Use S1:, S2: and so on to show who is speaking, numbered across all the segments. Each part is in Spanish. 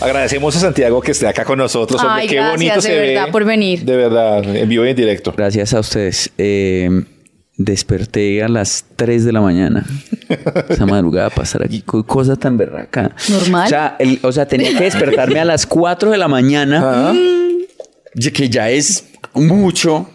S1: Agradecemos a Santiago que esté acá con nosotros. Hombre,
S2: Ay,
S1: qué
S2: gracias,
S1: bonito
S2: de
S1: se ve.
S2: verdad, por venir.
S1: De verdad, en vivo y en directo.
S3: Gracias a ustedes. Eh, desperté a las 3 de la mañana. Esa madrugada pasar aquí. co- Cosa tan berraca.
S2: Normal.
S3: O sea, el- o sea, tenía que despertarme a las 4 de la
S1: Ah.
S3: mañana. Mm. ya Que ya es mucho.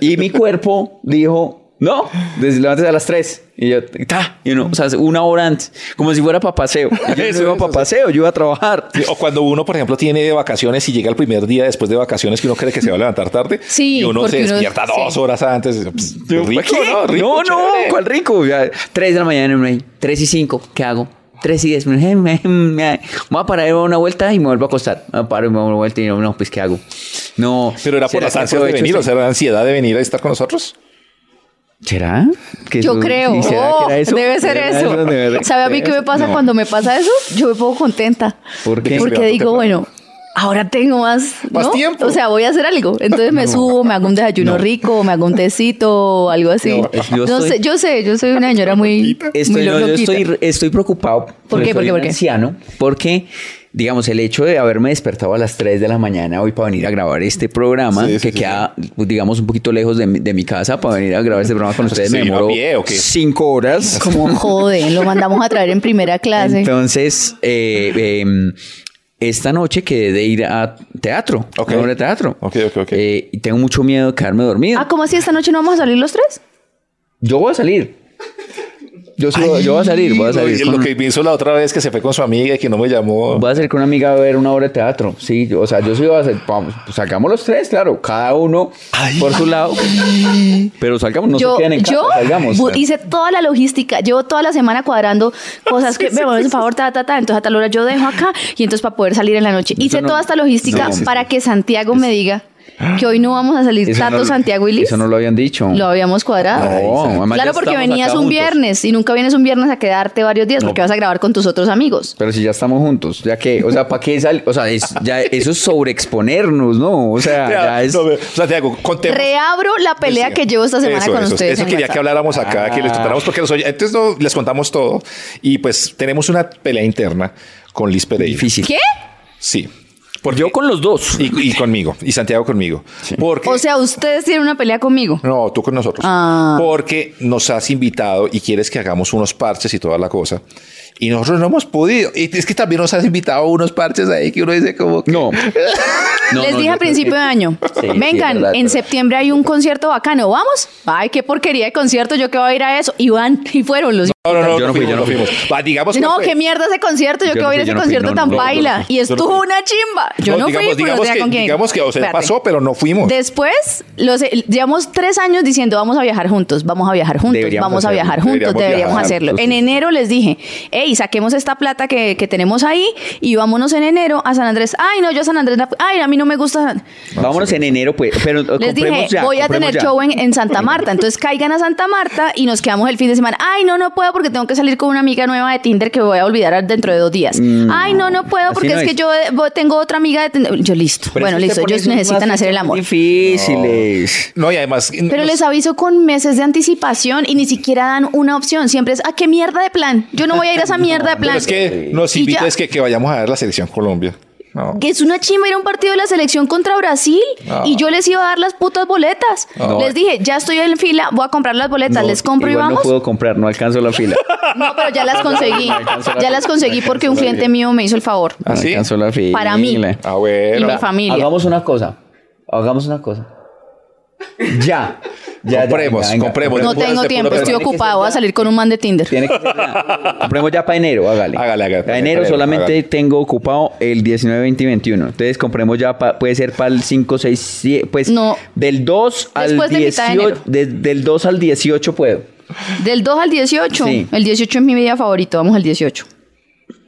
S3: Y mi cuerpo dijo, no, desde levantes a las 3. Y yo, ta, y uno, o sea, una hora antes. Como si fuera para paseo. Y Yo
S1: Eso,
S3: no iba
S1: eso,
S3: para paseo, yo iba a trabajar.
S1: O cuando uno, por ejemplo, tiene vacaciones y llega el primer día después de vacaciones que uno cree que se va a levantar tarde
S2: Sí,
S1: y uno se
S2: porque uno-
S1: despierta dos
S2: sí.
S1: horas antes. Pss, rico,
S3: ¿Qué?
S1: ¿no? Rico,
S3: no, no,
S1: chévere.
S3: ¿cuál rico? Ya, 3 de la mañana, uno ahí, 3 y 5, ¿qué hago? 3 y 10, voy a parar y me doy una vuelta y me vuelvo a acostar. Ah, paro y me doy una vuelta y no, no, pues ¿qué hago? No.
S1: Pero era por
S3: ¿será
S1: las
S3: que
S1: ansias de
S3: aprovecho
S1: venir, o
S3: este-
S1: sea, la ansiedad de venir a estar con nosotros.
S3: ¿Será? ¿Que
S2: Yo
S3: eso-
S2: creo.
S3: sí, será que
S2: Oh,
S3: era eso?
S2: Debe ser
S3: ¿Será
S2: eso.
S3: de verdad?
S2: ¿Sabe a mí qué me pasa
S3: No.
S2: cuando me pasa eso? Yo me pongo contenta.
S3: ¿Por qué?
S2: Porque
S1: Levanto
S2: digo,
S1: temprano.
S2: bueno, ahora tengo más,
S1: Más
S2: ¿no?
S1: tiempo.
S2: O sea, voy a hacer algo. Entonces me subo, me hago un desayuno rico, me hago un tecito, o algo así.
S3: No, yo
S2: yo,
S3: estoy-
S2: sé, yo sé, yo soy una señora muy, muy
S3: Estoy, no, yo
S2: loquita.
S3: estoy, estoy preocupado. porque
S2: qué? ¿Por
S3: soy
S2: qué?
S3: un
S2: ¿Por qué?
S3: Anciano, porque, digamos, el hecho de haberme despertado a las 3 de la mañana hoy para venir a grabar este programa,
S1: Sí, sí,
S3: que
S1: sí,
S3: queda, digamos, un poquito lejos de, mi- de mi casa para venir a grabar este programa con ustedes,
S1: Sí, ¿no?
S3: me demoró
S1: ¿Pie o qué?
S3: 5 horas.
S2: Como joden, lo mandamos a traer en primera clase.
S3: Entonces, eh, em, esta noche quedé de ir a teatro,
S1: Ok.
S3: a una obra de teatro.
S1: Ok, ok, ok.
S3: Eh, y tengo mucho miedo de quedarme dormido.
S2: ah, ¿cómo así? ¿Esta noche no vamos a salir los tres?
S3: Yo voy a salir. Yo, sí voy- yo voy a salir, voy a salir.
S1: Oye,
S3: con-
S1: Lo que hizo la otra vez que se fue con su amiga y que no me llamó.
S3: Voy a hacer con una amiga a ver una obra de teatro. Sí, yo- o sea, yo sí voy a hacer. Vamos, pues salgamos los tres, claro. Cada uno por su lado. Pero salgamos, no
S2: yo,
S3: se queden en casa.
S2: yo
S3: salgamos.
S2: bu- hice toda la logística, llevo toda la semana cuadrando cosas que, me por favor, ta, ta, ta, entonces a tal hora yo dejo acá y entonces para poder salir en la noche. Hice
S3: no-
S2: toda esta logística
S3: no, sí, sí.
S2: para que Santiago me diga que hoy no vamos a salir
S3: Eso
S2: Tato,
S3: no-
S2: Santiago y Liz.
S3: Eso no lo habían dicho.
S2: Lo habíamos cuadrado.
S3: No, además ya
S2: claro, porque
S3: estamos
S2: venías
S3: acá
S2: un
S3: juntos.
S2: viernes y nunca vienes un viernes a quedarte varios días porque vas a grabar con tus otros amigos.
S3: Pero si ya estamos juntos, ya que, o sea, ¿para qué sal? O sea, es- ya, eso es sobreexponernos, ¿no? O sea, ya es.
S1: No, pero, Santiago, contemos.
S2: Reabro la pelea
S1: Sí.
S2: que llevo esta semana
S1: Eso,
S2: con
S1: eso,
S2: ustedes.
S1: Eso
S2: en
S1: quería
S2: WhatsApp.
S1: que habláramos acá,
S3: Ah.
S1: que les contáramos porque los oyentes no, les contamos todo. Y pues tenemos una pelea interna con Liz Pereira.
S3: difícil.
S2: ¿Qué?
S1: Sí. Porque-
S3: Yo con los dos.
S1: y, y conmigo. Y Santiago conmigo. Porque.
S2: O sea, ustedes tienen una pelea conmigo.
S1: no, tú con nosotros.
S2: Ah.
S1: Porque nos has invitado y quieres que hagamos unos parches y toda la cosa. Y nosotros no hemos podido. Y es que también nos has invitado a unos parches ahí que uno dice como que...
S3: No. No,
S2: Les
S3: no, eh,
S2: dije
S3: yo
S2: a
S3: creo
S2: principio
S3: que-
S2: de año,
S3: Sí, sí, es
S2: vengan,
S3: verdad,
S2: en
S3: es verdad.
S2: septiembre hay un concierto bacano, ¿vamos? Ay, qué porquería de concierto, yo que voy a ir a eso. Y van, y fueron los...
S1: No, no, no,
S3: Yo no fui, yo no
S1: fuimos.
S3: fui.
S1: Va, digamos que
S2: No,
S1: fue.
S2: qué mierda ese concierto, yo,
S3: Yo
S2: que
S3: no
S2: voy a ir
S3: fui,
S2: a ese
S3: yo no fui,
S2: concierto
S3: no,
S2: tan
S3: no, yo no
S2: baila.
S3: fui.
S2: y estuvo una chimba. Yo no,
S1: digamos,
S2: fui, pero no
S1: digamos
S2: tenía
S1: que,
S2: con quién. ir.
S1: digamos que, o sea,
S2: Espérate.
S1: pasó, pero no fuimos.
S2: Después, los, eh, llevamos tres años diciendo vamos a viajar juntos, vamos a viajar juntos,
S3: Deberíamos
S2: vamos a
S3: hacerlo,
S2: viajar juntos, deberíamos,
S1: deberíamos viajar
S2: hacerlo.
S3: juntos,
S2: En
S3: sí.
S2: enero les dije, hey, saquemos esta plata que, que tenemos ahí y vámonos en enero a San Andrés. Ay, no, yo a San Andrés, la- ay, a mí no me gusta. San-
S3: eh, Vámonos en enero, pues. Pero eh,
S2: Les dije,
S3: compremos ya,
S2: voy a
S3: compremos
S2: tener
S3: ya.
S2: show en, en Santa Marta, entonces caigan a Santa Marta y nos quedamos el fin de semana. Ay, no, no puedo porque tengo que salir con una amiga nueva de Tinder que voy a olvidar dentro de dos días. Ay, no, no puedo
S3: Mm. Así
S2: porque
S3: no
S2: es
S3: es.
S2: que yo eh, voy- tengo otra amiga de Tinder. Yo listo.
S3: Pero
S2: bueno,
S3: es que
S2: listo,
S3: usted pone
S2: ellos
S3: sus
S2: necesitan
S3: más
S2: hacer el
S3: fechas
S2: amor.
S3: Difíciles.
S1: No, y además...
S2: Pero les aviso con meses de anticipación y ni siquiera dan una opción. Siempre es, ¿a qué mierda de plan? Yo no voy a ir a esa mierda de
S1: Pero
S2: plan.
S1: es que nos
S2: Y
S1: invita
S2: ya.
S1: es que, que vayamos a ver la selección Colombia. No.
S2: Que es una chimba ir a un partido de la selección contra Brasil
S1: Ah.
S2: y yo les iba a dar las putas boletas.
S3: No.
S2: Les dije, ya estoy en fila, voy a comprar las boletas,
S3: No,
S2: les compro y
S3: igual
S2: vamos.
S3: No puedo comprar, no alcanzo la fila.
S2: No, pero ya las conseguí.
S3: alcanzó la
S2: ya las
S3: fila,
S2: conseguí
S3: no
S2: porque
S3: alcanzó
S2: un
S3: la
S2: cliente
S3: fila.
S2: mío me hizo el favor.
S1: ¿Ah,
S3: no
S1: sí?
S3: alcanzo la fila.
S2: Para mí.
S1: Ah,
S2: Y
S1: bueno.
S2: mi familia.
S3: Hagamos una cosa. Hagamos una cosa. Ya. ya
S1: Compremos, compremos.
S2: No
S1: Después-
S2: tengo
S1: después-
S2: tiempo,
S1: después-
S2: estoy
S3: tiene que
S2: ocupado.
S3: ser
S2: Voy a
S3: ya.
S2: salir con un man de Tinder.
S3: Tiene que ser ya. Compremos ya para enero, hágale.
S1: Hágale, hágale,
S3: Para enero
S1: hágale,
S3: solamente
S1: hágale.
S3: tengo ocupado el 19, 20 y 21. Entonces compremos ya, pa- puede ser para el 5, 6, 7, pues
S2: No.
S3: del 2 al
S2: Después de mitad de
S3: 18, de- del 2 al 18 puedo.
S2: Del 2 al 18.
S3: Sí.
S2: El 18 es mi día favorito. Vamos al 18.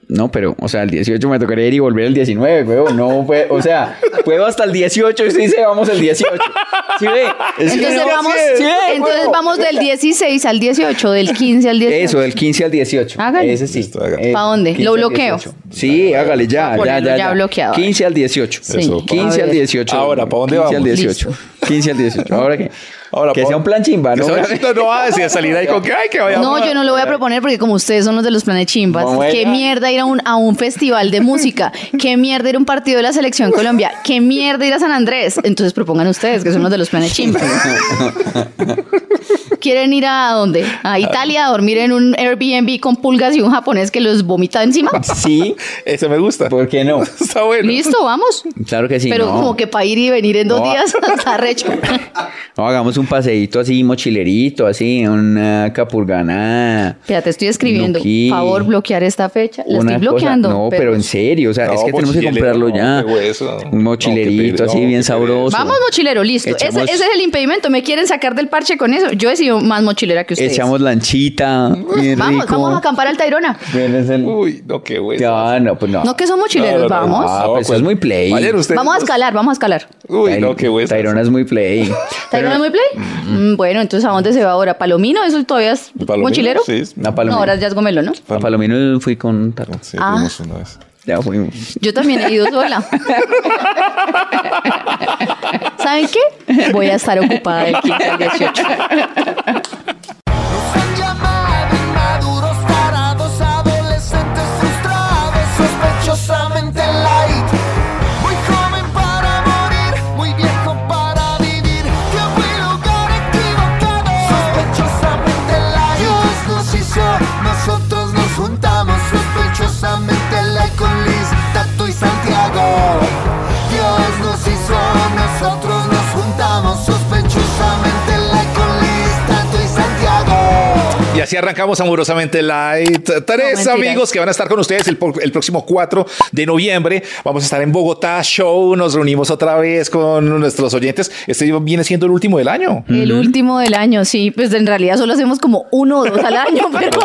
S3: No, pero, o sea, el 18 me tocaría ir y volver el 19, huevón. No, fue, o sea, puedo hasta el 18 y se dice vamos el 18. ¿Sí ve? Es que
S2: Entonces,
S3: no,
S2: vamos,
S3: sí es, sí ve,
S2: entonces
S3: huevón.
S2: vamos del 16 al 18, del 15 al 18.
S3: Eso, del 15 al 18.
S2: Hágale.
S3: Ese sí.
S1: hágale.
S3: Ese,
S2: ¿Pa dónde?
S3: 15
S2: ¿Lo
S3: al
S2: bloqueo?
S3: 18. Sí, hágale ya,
S2: Voy
S3: ya,
S2: a ponerlo
S3: ya,
S2: ya bloqueado.
S3: 15 al 18.
S2: Sí, Eso. a
S3: 15 al
S2: ver.
S3: 18.
S1: Ahora, ¿pa dónde
S3: 15 al
S1: vamos?
S3: 18. 15 al 18. Ahora que
S1: Ahora,
S3: que
S1: ¿pa-
S3: sea un plan chimba, ¿no?
S1: Eso ahorita no va a decir salir ahí con que, ay, que vaya.
S2: No, yo no lo voy a proponer porque como ustedes son los de los planes chimbas,
S3: Vamos
S2: qué
S3: allá.
S2: mierda ir a un, a un festival de música, qué mierda ir a un partido de la selección Colombia, qué mierda ir a San Andrés. Entonces propongan ustedes que son los de los planes chimbas. ¿Quieren ir a dónde? ¿A Italia a dormir en un Airbnb con pulgas y un japonés que los vomita encima?
S3: Sí,
S1: Ese me gusta.
S3: ¿por qué no?
S1: Está bueno.
S2: Listo, vamos.
S3: Claro que sí.
S2: Pero
S3: no.
S2: como que para ir y venir en dos
S3: No.
S2: días está recho.
S3: No, hagamos un paseíto así, mochilerito, así, una capurgana.
S2: Espera, te estoy escribiendo.
S3: Luqui.
S2: Favor, bloquear esta fecha. La
S3: una
S2: estoy
S3: cosa-
S2: bloqueando.
S3: No, pero, en serio, o sea,
S1: No,
S3: es que tenemos que
S1: mochilero,
S3: comprarlo
S1: no,
S3: ya.
S1: qué hueso.
S3: Un
S1: No, qué
S3: mochilerito
S1: pereza,
S3: así,
S1: no,
S3: bien
S1: qué
S3: sabroso.
S2: Vamos, mochilero, listo. Ese-
S3: Echamos-
S2: Ese, es el impedimento. Me quieren sacar del parche con eso. Yo he sido más mochilera que ustedes.
S3: Echamos lanchita, bien
S2: vamos,
S3: rico.
S2: vamos a acampar al Tairona.
S3: Bien, es el-
S1: Uy, no, qué güey.
S3: Ya, no, pues no.
S2: No que son mochileros, vamos.
S3: Ah, pues eso es muy play.
S2: Vamos a escalar, vamos a escalar.
S1: Uy, no,
S3: Tair-
S1: qué güey.
S3: Tairona es muy play.
S2: ¿Tairona es muy play?
S3: Mm-hmm.
S2: Mm, bueno, entonces ¿a dónde se va ahora? ¿Palomino? ¿Eso todavía es
S1: ¿Palomino?
S2: mochilero?
S1: Sí, es-
S3: No,
S2: No,
S3: Palomino.
S2: ahora ya es gomelo, ¿no?
S3: A Palomino fui con Tato.
S1: Sí,
S2: Ah.
S1: fuimos una vez.
S3: Ya fuimos.
S2: Yo también he ido sola. ¿Saben qué? Voy a estar ocupada del 15 al 18.
S4: Nosotros nos juntamos sospechosamente like con Liz, Tato y Santiago. Dios nos hizo, nosotros nos juntamos sospechosamente like con Liz, Tato y Santiago.
S1: Y así arrancamos amorosamente Light. Tres
S2: No, mentiras.
S1: amigos que van a estar con ustedes el, por- el próximo 4 de noviembre. Vamos a estar en Bogotá Show. Nos reunimos otra vez con nuestros oyentes. Este viene siendo el último del año.
S2: El último del año, sí. Pues en realidad solo hacemos como uno o dos al año, pero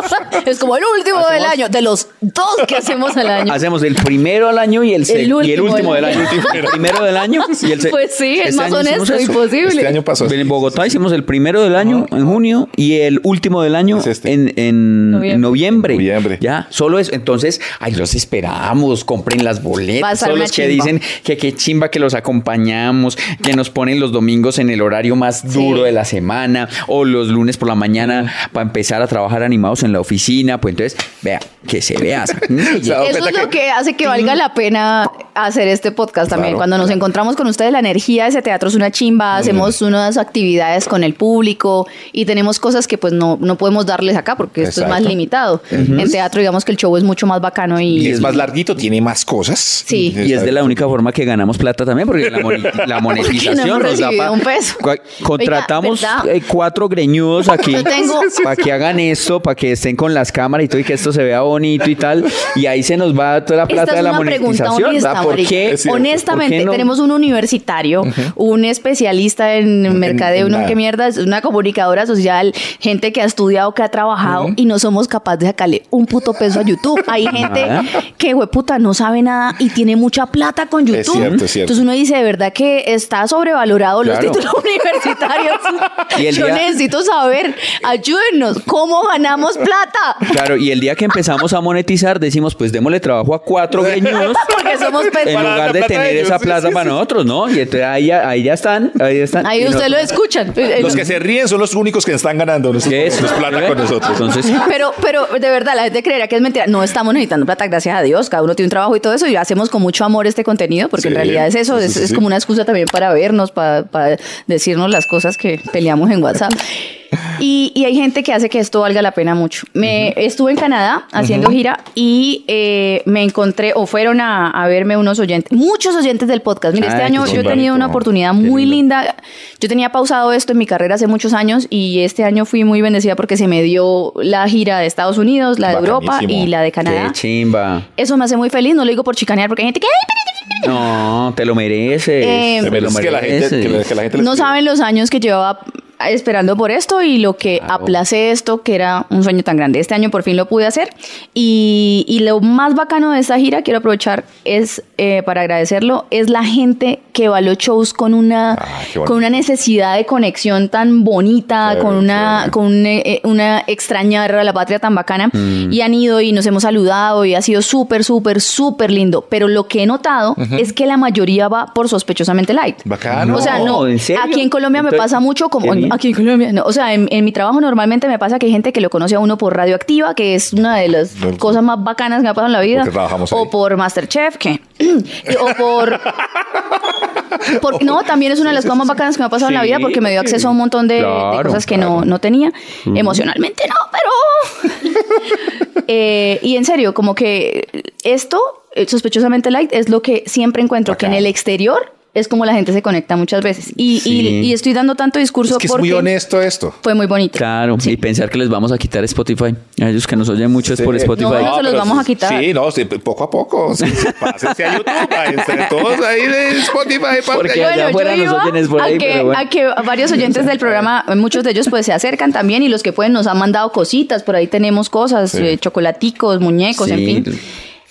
S2: es como el último del año, de los dos que hacemos al año.
S1: Ah,
S3: Hacemos el primero al año y el, se-
S2: El
S3: y el
S2: último
S3: último
S2: del
S3: del año. El primero del año y el se-
S2: Pues sí, es
S3: Este
S2: más
S3: año hicimos
S2: honesto y
S3: eso.
S2: posible.
S1: Este año pasó.
S3: En Bogotá hicimos el primero del año en junio y el último del año
S1: Es este.
S3: en, en
S2: Noviembre.
S3: noviembre.
S1: Noviembre.
S3: Ya, solo eso. Entonces, ay, los esperamos, compren las
S2: Va a
S3: boletas.
S2: estar
S3: Todos
S2: una
S3: los que
S2: chimba.
S3: dicen que qué chimba que los acompañamos, que nos ponen los domingos en el horario más duro de la semana o los lunes por la mañana para empezar a trabajar animados en la oficina. Pues entonces, vea, que se vea. ¿Mm?
S1: O sea,
S2: Eso es
S1: cuenta
S2: lo
S1: que-
S2: que hace que valga la pena hacer este podcast también.
S1: Claro,
S2: Cuando nos encontramos con ustedes, la energía de ese teatro es una chimba, hacemos unas actividades con el público y tenemos cosas que pues no, no podemos darles acá porque esto es más
S1: Exacto.
S2: limitado. En teatro digamos que el show es mucho más bacano y...
S1: Y es más larguito, tiene más cosas.
S2: Sí.
S3: Y es de la única forma que ganamos plata también, porque la, moni- la monetización
S2: hemos
S3: nos da
S2: recibido
S3: pa-
S2: un peso.
S3: cua- Contratamos
S2: Oiga, ¿verdad?
S3: eh, cuatro greñudos aquí
S2: Yo tengo-
S3: para que hagan esto, para que estén con las cámaras y todo, y que esto se vea bonito y tal. Y ahí se nos va toda la plata
S2: Esta
S3: de
S2: es
S3: la
S2: una pregunta
S3: monetización.
S2: honesta,
S3: ¿verdad? ¿Por
S2: marica.
S3: qué?
S2: Honestamente,
S3: ¿por qué no?
S2: tenemos un universitario, un especialista en mercadeo,
S1: en
S2: no
S1: nada.
S2: qué mierda, es una comunicadora social, gente que ha estudiado, que ha trabajado y no somos capaces de sacarle un puto peso a YouTube. Hay gente
S3: Nada.
S2: que, hueputa, no sabe nada y tiene mucha plata con YouTube.
S1: Es cierto, es cierto.
S2: Entonces uno dice, de verdad que está sobrevalorado
S3: Claro.
S2: los títulos universitarios.
S3: Y el
S2: Yo
S3: día-
S2: necesito saber, ayúdenos, ¿cómo ganamos plata?
S3: Claro, y el día que empezamos a monetizar, decimos, pues démole trabajo a cuatro greñudos.
S2: Porque somos
S3: En
S2: pendejos.
S3: lugar de
S1: plata de
S3: tener
S1: ellos,
S3: esa
S1: sí,
S3: plata
S1: sí,
S3: para nosotros, ¿no? Y entonces ahí, ya- ahí ya están, ahí ya están.
S2: Ahí
S3: Y
S2: ustedes lo escuchan.
S1: Los que se ríen son los únicos que están ganando. Los
S3: ¿Qué es?
S1: los plata con nosotros.
S3: Entonces,
S2: Pero, pero de verdad, la gente creerá que es mentira. No estamos necesitando plata, gracias a Dios. Cada uno tiene un trabajo y todo eso. Y hacemos con mucho amor este contenido, porque en
S1: Sí,
S2: realidad es eso.
S1: sí,
S2: es,
S1: sí,
S2: es
S1: sí.
S2: como una excusa también para vernos, para, para decirnos las cosas que peleamos en WhatsApp. Y, y hay gente que hace que esto valga la pena mucho. Me estuve en Canadá haciendo gira y eh, me encontré, o fueron a, a verme unos oyentes, muchos oyentes del podcast. Mira, este
S3: Ay,
S2: año
S3: qué
S2: yo he
S3: bonito.
S2: tenido una oportunidad muy linda. Yo tenía pausado esto en mi carrera hace muchos años y este año fui muy bendecida porque se me dio la gira de Estados Unidos, la de Europa
S1: Bacanísimo.
S2: y la de
S3: qué
S2: Canadá.
S3: chimba.
S2: Eso me hace muy feliz, no lo digo por chicanear porque hay gente que... "Ay, pero
S3: No, te lo mereces.
S2: Eh,
S1: Te mereces que la gente, que la- que la gente les
S2: No
S1: escriba.
S2: saben los años que llevaba esperando por esto y lo que aplacé esto, que era un sueño tan grande. Este año por fin lo pude hacer y, y lo más bacano de esta gira, quiero aprovechar es eh, para agradecerlo, es la gente que va a los shows con una,
S1: Ah, qué bonito.
S2: con una necesidad de conexión tan bonita,
S1: Chévere,
S2: con una,
S1: chévere.
S2: con un, eh, una extrañar a la patria tan bacana
S1: Mm.
S2: y han ido y nos hemos saludado y ha sido súper, súper, súper lindo. Pero lo que he notado es que la mayoría va por sospechosamente light.
S1: Bacano.
S2: O sea, no,
S3: No, ¿en serio?
S2: aquí en Colombia me
S3: Entonces,
S2: pasa mucho como...
S3: qué bien.
S2: Aquí en Colombia, no. O sea, en, en mi trabajo normalmente me pasa que hay gente que lo conoce a uno por Radioactiva, que es una de las
S1: Del-
S2: cosas más bacanas que me ha pasado en la vida.
S1: Porque trabajamos ahí.
S2: O por Masterchef, que... y- o por... por- no, también es una de las cosas más bacanas que me ha pasado en la vida
S3: Sí,
S2: porque me dio acceso a un montón de, de
S3: claro,
S2: cosas que no,
S3: claro.
S2: no tenía. Emocionalmente no, pero... Eh, y en serio, como que esto, eh, sospechosamente light, es lo que siempre encuentro, que en el exterior es como la gente se conecta muchas veces. Y, y-
S3: Sí.
S2: y estoy dando tanto discurso
S1: es que es
S2: porque
S1: muy honesto esto.
S2: fue muy bonito.
S3: Claro, y pensar que les vamos a quitar Spotify. A ellos que nos oyen mucho es por
S1: Sí.
S3: Spotify.
S2: No, no se
S1: Ah,
S2: los
S1: pero
S2: vamos a quitar.
S1: Sí, no, sí, poco a poco. Sí, sí, pásense a YouTube, pásense todos ahí de Spotify.
S3: Porque-
S1: Porque...
S3: allá afuera nos oyen es por
S2: a,
S3: ahí,
S2: que,
S3: pero bueno.
S2: a que varios oyentes del programa, muchos de ellos pues se acercan también y los que pueden nos han mandado cositas, por ahí tenemos cosas,
S1: Sí.
S2: eh, chocolaticos, muñecos,
S3: Sí.
S2: en fin.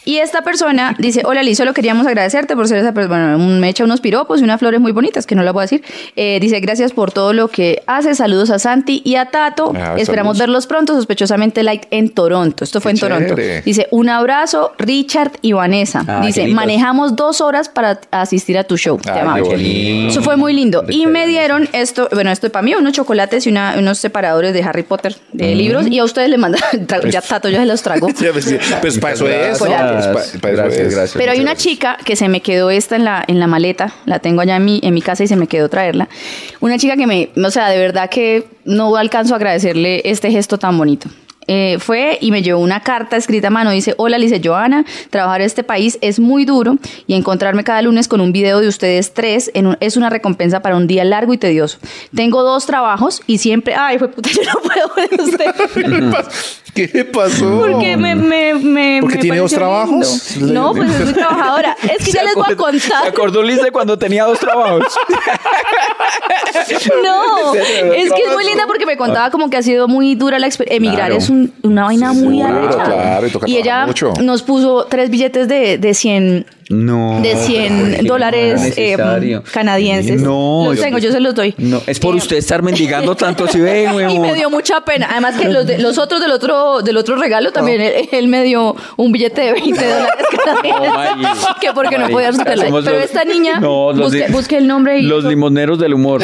S2: Y esta persona dice, hola Liz, solo queríamos agradecerte por ser esa persona. Bueno, me echa unos piropos y unas flores muy bonitas que no las voy a decir. Eh, dice, gracias por todo lo que haces. Saludos a Santi y a Tato.
S1: Ah,
S2: Esperamos
S1: saludos.
S2: verlos pronto, sospechosamente like en Toronto. Esto fue
S1: Qué
S2: en Toronto.
S1: chévere.
S2: Dice, un abrazo, Richard y Vanessa.
S3: Ah, qué
S2: dice,
S3: lindos.
S2: manejamos dos horas para asistir a tu show. Te
S1: Ay,
S2: amamos.
S1: qué lindo.
S2: Eso fue muy lindo. Y me dieron esto, bueno, esto para mí, unos chocolates y una- unos separadores de Harry Potter de
S1: Mm.
S2: libros. Y a ustedes les mandan, tra- ya Tato ya se los trago.
S1: Sí, pues, sí, pues para eso es. ¿no?
S3: Gracias.
S1: Pues, pa- para eso
S3: Gracias,
S1: es.
S3: gracias.
S2: Pero hay una chica que se me quedó esta en la, en la maleta, la tengo allá en mi, en mi casa y se me quedó traerla. Una chica que me, o sea, de verdad que no alcanzo a agradecerle este gesto tan bonito. Eh, fue y me llevó una carta escrita a mano. Dice: Hola, Lice Joana. Trabajar en este país es muy duro y encontrarme cada lunes con un video de ustedes tres en un- es una recompensa para un día largo y tedioso. Tengo dos trabajos y siempre. Ay, fue puta, yo no puedo ver usted.
S1: ¿Qué le pas- ¿Qué le pasó?
S2: Porque me, me, me-
S1: Porque
S2: me
S1: tiene dos
S2: pareció
S1: trabajos.
S2: lindo. No, pues es muy trabajadora. Es que ya les voy a
S3: ¿Se
S2: contar.
S3: acordó Liz de cuando tenía dos trabajos?
S2: No, es que es muy linda porque me contaba como que ha sido muy dura la experiencia. Emigrar
S3: Claro.
S2: es un- una vaina
S1: Ah. Sí,
S2: muy
S1: seguro,
S2: arrecha.
S1: claro, y toca trabajar
S2: ella
S1: mucho.
S2: nos puso tres billetes de, de 100
S3: No.
S2: de 100
S3: Ah, no
S2: dólares
S3: es
S2: eh,
S3: necesario.
S2: canadienses.
S3: No,
S2: los
S3: yo-
S2: tengo, yo se los doy.
S3: No, es por
S2: Eh,
S3: usted estar mendigando tanto si ve,
S2: Y me dio mucha pena. Además que los, de- los otros del otro, del otro regalo también, él, él me dio un billete de 20 dólares canadienses,
S3: Mari.
S2: que porque no
S3: Mari,
S2: podía
S3: Oh, somos
S2: superar. Pero
S3: los-
S2: esta niña,
S3: No, los
S2: busque,
S3: li-
S2: busque el nombre y...
S3: Los limoneros del humor.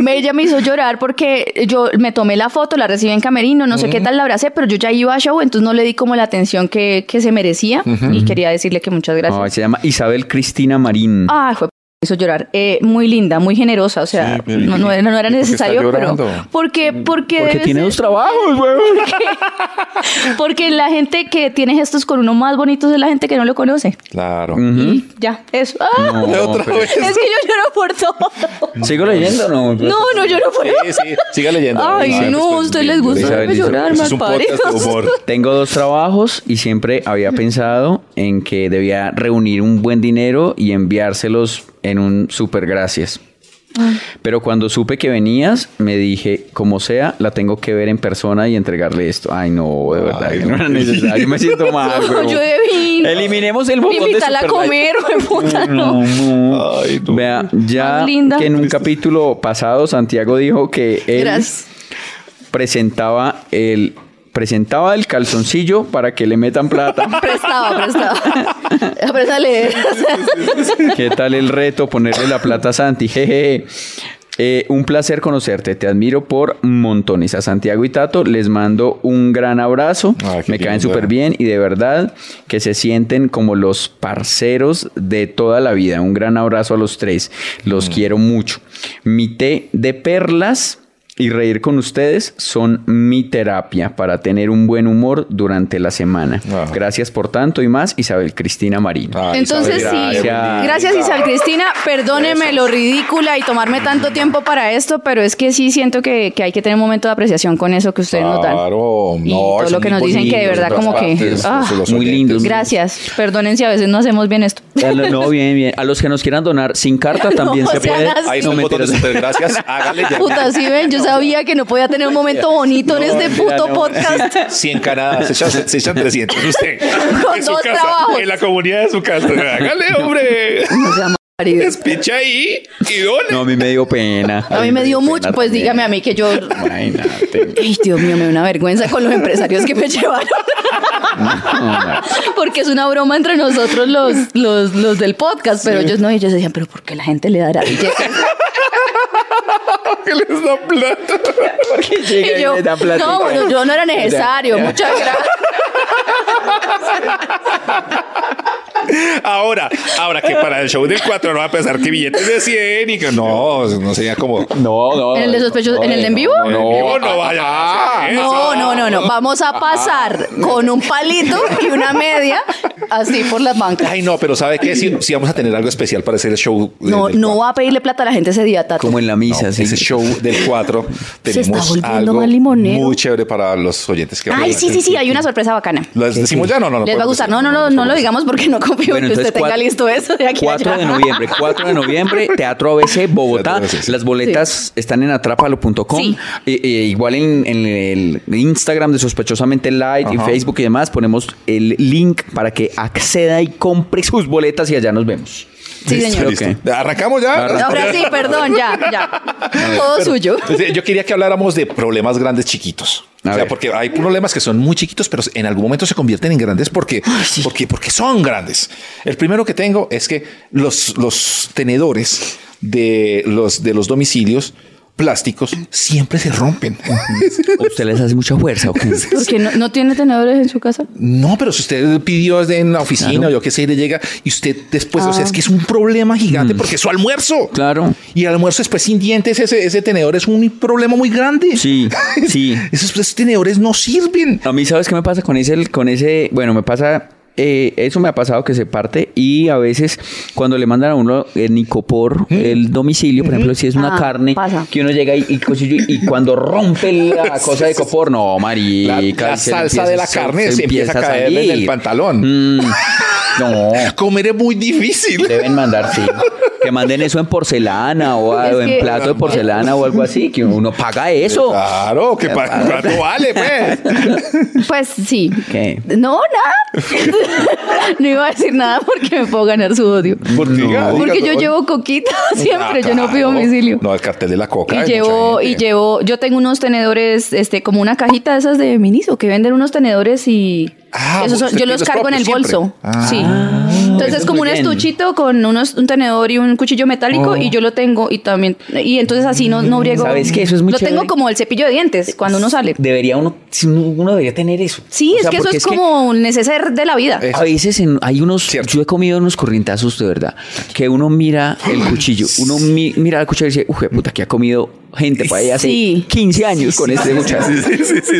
S2: Me- ella me hizo llorar porque yo me tomé la foto, la recibí en camerino, no sé qué tal la abracé, pero yo ya iba a show, entonces no le di como la atención que, que se merecía y quería decirle que muchas gracias.
S3: Ay, se llama Isabel Cristina Marín.
S2: Ay, fue me hizo llorar. Eh, muy linda, muy generosa, o sea,
S1: Sí, pero-
S2: no, no era, no era
S1: ¿y por qué está
S2: necesario, pero
S1: llorando?
S2: porque porque
S3: Porque
S2: debe
S3: tiene
S2: ser-
S3: dos trabajos, weón.
S2: porque la gente que tiene gestos con uno más bonitos es la gente que no lo conoce.
S1: Claro.
S2: Y ya, eso. Ah,
S1: De otra
S3: pero-
S1: vez.
S2: Es que yo lloro por todo.
S3: ¿Sigo leyendo o no? pues,
S2: No, no lloro por todo.
S1: Sí, sí, siga leyendo.
S2: Ay,
S1: Isabel,
S2: no, a
S1: pues,
S2: ustedes les gusta
S3: Isabel
S2: verme
S3: hizo-
S2: llorar,
S1: Esto es
S2: mal
S1: un podcast de humor.
S3: Tengo dos trabajos y siempre había pensado en que debía reunir un buen dinero y enviárselos en un super gracias.
S2: Ah.
S3: Pero cuando supe que venías, me dije, como sea, la tengo que ver en persona y entregarle esto. Ay, no, de verdad,
S1: Ay,
S3: que no era necesario. Me siento
S1: Ah,
S3: mal.
S2: No,
S3: huevón.
S2: yo debí-
S3: Eliminemos el botón de
S2: Invitarla a
S3: Superlight.
S2: comer, puta, no.
S1: Ay, no.
S3: Vea, ya
S2: Más linda.
S3: que en un capítulo pasado Santiago dijo que él
S2: Gracias.
S3: presentaba el presentaba el calzoncillo para que le metan plata.
S2: Prestado, prestado. Aprenda a leer.
S3: ¿Qué tal el reto ponerle la plata a Santi? Jeje. Eh, un placer conocerte, te admiro por montones. A Santiago y Tato les mando un gran abrazo,
S1: Ay, Ah, qué
S3: me caen
S1: lindo.
S3: súper bien y de verdad que se sienten como los parceros de toda la vida.
S1: Mm.
S3: Un gran abrazo a los tres, los quiero mucho. Mi té de perlas y reír con ustedes son mi terapia para tener un buen humor durante la semana.
S1: Ah.
S3: Gracias por tanto y más, Isabel Cristina Marino.
S1: Ah,
S2: Entonces
S1: Isabel,
S2: sí,
S3: gracias.
S2: gracias Isabel Cristina, perdóneme lo ridícula y tomarme tanto tiempo para esto, pero es que sí siento que, que hay que tener un momento de apreciación con eso que ustedes nos dan.
S1: Claro,
S2: Y
S1: no,
S2: todo
S1: son
S2: lo que
S1: muy
S2: nos dicen que de
S1: bonitos
S2: verdad
S1: en
S2: como
S1: todas
S2: que...
S1: partes,
S2: ah,
S1: los
S3: muy
S1: oyentes.
S3: lindos.
S2: gracias, perdonen si a veces no hacemos bien esto.
S3: A lo- Eh, No, bien, bien. A los que nos quieran donar sin carta también
S2: No
S3: se
S2: sean
S3: puede.
S2: así.
S1: Ahí está
S3: No,
S1: el botón de
S3: mentiras.
S1: super gracias. Hágale ya.
S2: Puta, sí ven, yo sabía que no podía tener un momento bonito en este
S3: mira,
S2: puto
S3: no.
S2: podcast.
S1: 100 canadas, se echan, se echan 300 usted.
S2: Con
S1: En su
S2: dos
S1: casa,
S2: trabajos.
S1: En la comunidad de su casa. Hágale, hombre.
S2: Marido.
S1: Despicha ahí y done.
S3: No, a mí me dio pena.
S2: A mí me dio mucho, pues dígame a mí que yo...
S3: Imagínate.
S2: Ay, Dios mío, me da una vergüenza con los empresarios que me llevaron. Porque es una broma entre nosotros los, los, los del podcast, pero ellos no, ellos decían, pero ¿por qué la gente le dará billetes?
S1: que les da plata.
S3: Que llega
S2: Y
S3: y
S2: yo,
S3: me da plática.
S2: no, bueno, yo no era necesario, muchas gracias.
S1: Ahora, ahora que para el show del 4 no va a pensar que billetes de 100 y que no, no sería como.
S3: No, no.
S2: ¿En el de sospechosos- en el de en vivo?
S3: No,
S1: No,
S3: no,
S1: no vaya. a hacer
S2: No,
S1: eso.
S2: no, no, no, vamos a pasar con un palito y una media así por las bancas.
S1: Ay, no, pero ¿sabe qué? Si, si vamos a tener algo especial para hacer el show. del-
S2: No,
S1: del
S2: no va a pedirle plata a la gente ese día, Tato.
S3: Como en la misa,
S1: No,
S3: sí.
S1: Ese show del 4
S2: Se está
S1: tenemos
S2: volviendo
S1: algo
S2: más limonero.
S1: muy chévere para los oyentes que
S2: Ay, sí, sí, sí, hay una sorpresa bacana.
S1: ¿Lo decimos ya? No, no, no.
S2: Les va a
S1: podemos
S2: gustar.
S1: decir.
S2: No, no, no, no lo digamos porque no confío
S3: Bueno,
S2: en que
S3: entonces,
S2: usted tenga
S3: cuat-
S2: listo eso de aquí a
S3: 4 de
S2: allá.
S3: noviembre, 4 de noviembre, Teatro ABC, Bogotá.
S1: Teatro ABC.
S3: Las boletas están en atrapalo.com.
S2: Sí.
S3: Eh, eh, igual en, en el Instagram de Sospechosamente Light y Facebook y demás, ponemos el link para que acceda y compre sus boletas y allá nos vemos.
S2: Sí, señor.
S1: Listo. ¿Arrancamos ya?
S3: Arran-
S2: Ahora sí, perdón, ya, ya. Todo suyo.
S1: Entonces, Yo quería que habláramos de problemas grandes chiquitos.
S3: A
S1: o sea,
S3: ver.
S1: porque hay problemas que son muy chiquitos, pero en algún momento se convierten en grandes porque, porque, porque son grandes. El primero que tengo es que los, los tenedores de los, de los domicilios plásticos siempre se rompen.
S3: ¿Usted les hace mucha fuerza o qué?
S2: Porque no, no tiene tenedores en su casa.
S1: No, pero si usted pidió en la oficina o yo qué sé, y le llega y usted después, o sea, es que es un problema gigante porque es su almuerzo.
S3: Claro.
S1: Y el almuerzo después sin dientes, ese, ese tenedor es un problema muy grande.
S3: Sí, sí.
S1: Esos, esos tenedores no sirven.
S3: A mí, ¿sabes qué me pasa con ese? Con ese bueno, me pasa. eh, eso me ha pasado que se parte y a veces cuando le mandan a uno el nicopor,
S1: ¿Eh?
S3: el domicilio, por ejemplo, si es una
S2: Ah,
S3: carne,
S2: pasa.
S3: que uno llega y, y cuchillo y cuando rompe la cosa de copor, no, marica.
S1: La,
S3: y
S1: la
S3: se le
S1: salsa
S3: empieza-
S1: de la
S3: se-
S1: carne se, empieza a caer
S3: salir.
S1: en el pantalón.
S3: Mm, no,
S1: Comer es muy difícil.
S3: deben mandar, sí. Que manden eso en porcelana o, a-
S2: Es
S3: o en
S2: que-
S3: plato de porcelana o algo así, que uno paga eso.
S1: Claro, que pa- cuánto vale, pues.
S2: Pues sí.
S3: ¿Qué?
S2: No, nada. no iba a decir nada porque me puedo ganar su odio.
S1: Porque, diga, diga,
S2: Porque yo
S1: no.
S2: llevo coquita
S1: Ah,
S2: siempre, yo no pido
S1: claro.
S2: domicilio.
S1: No, el cartel de la coca.
S2: Y
S1: hay
S2: llevo,
S1: mucha
S2: y
S1: gente.
S2: llevo, yo tengo unos tenedores, este, como una cajita de esas de Miniso, que venden unos tenedores y
S1: Ah,
S2: esos son-
S1: usted
S2: yo
S1: tiene
S2: los
S1: los
S2: cargo en el
S1: propios
S2: bolso.
S1: siempre. Ah.
S2: Sí.
S3: eso
S2: entonces
S3: es
S2: como un
S3: muy bien.
S2: estuchito con unos, un tenedor y un cuchillo metálico y yo lo tengo y también, y entonces así no, no briego.
S3: ¿Sabes qué? Eso es muy
S2: Lo
S3: chévere.
S2: tengo como el cepillo de dientes cuando uno sale.
S3: Debería uno, si uno uno debería tener eso.
S2: Sí,
S3: O
S2: es
S3: sea,
S2: que eso
S3: porque
S2: es, como un neceser de la vida.
S3: A veces en- hay unos, yo he comido unos corrientazos de verdad, que uno mira el cuchillo, uno mi- mira la cuchilla y dice, uy, puta, que ha comido gente para allá hace
S2: Sí.
S3: 15 años con este cuchillo.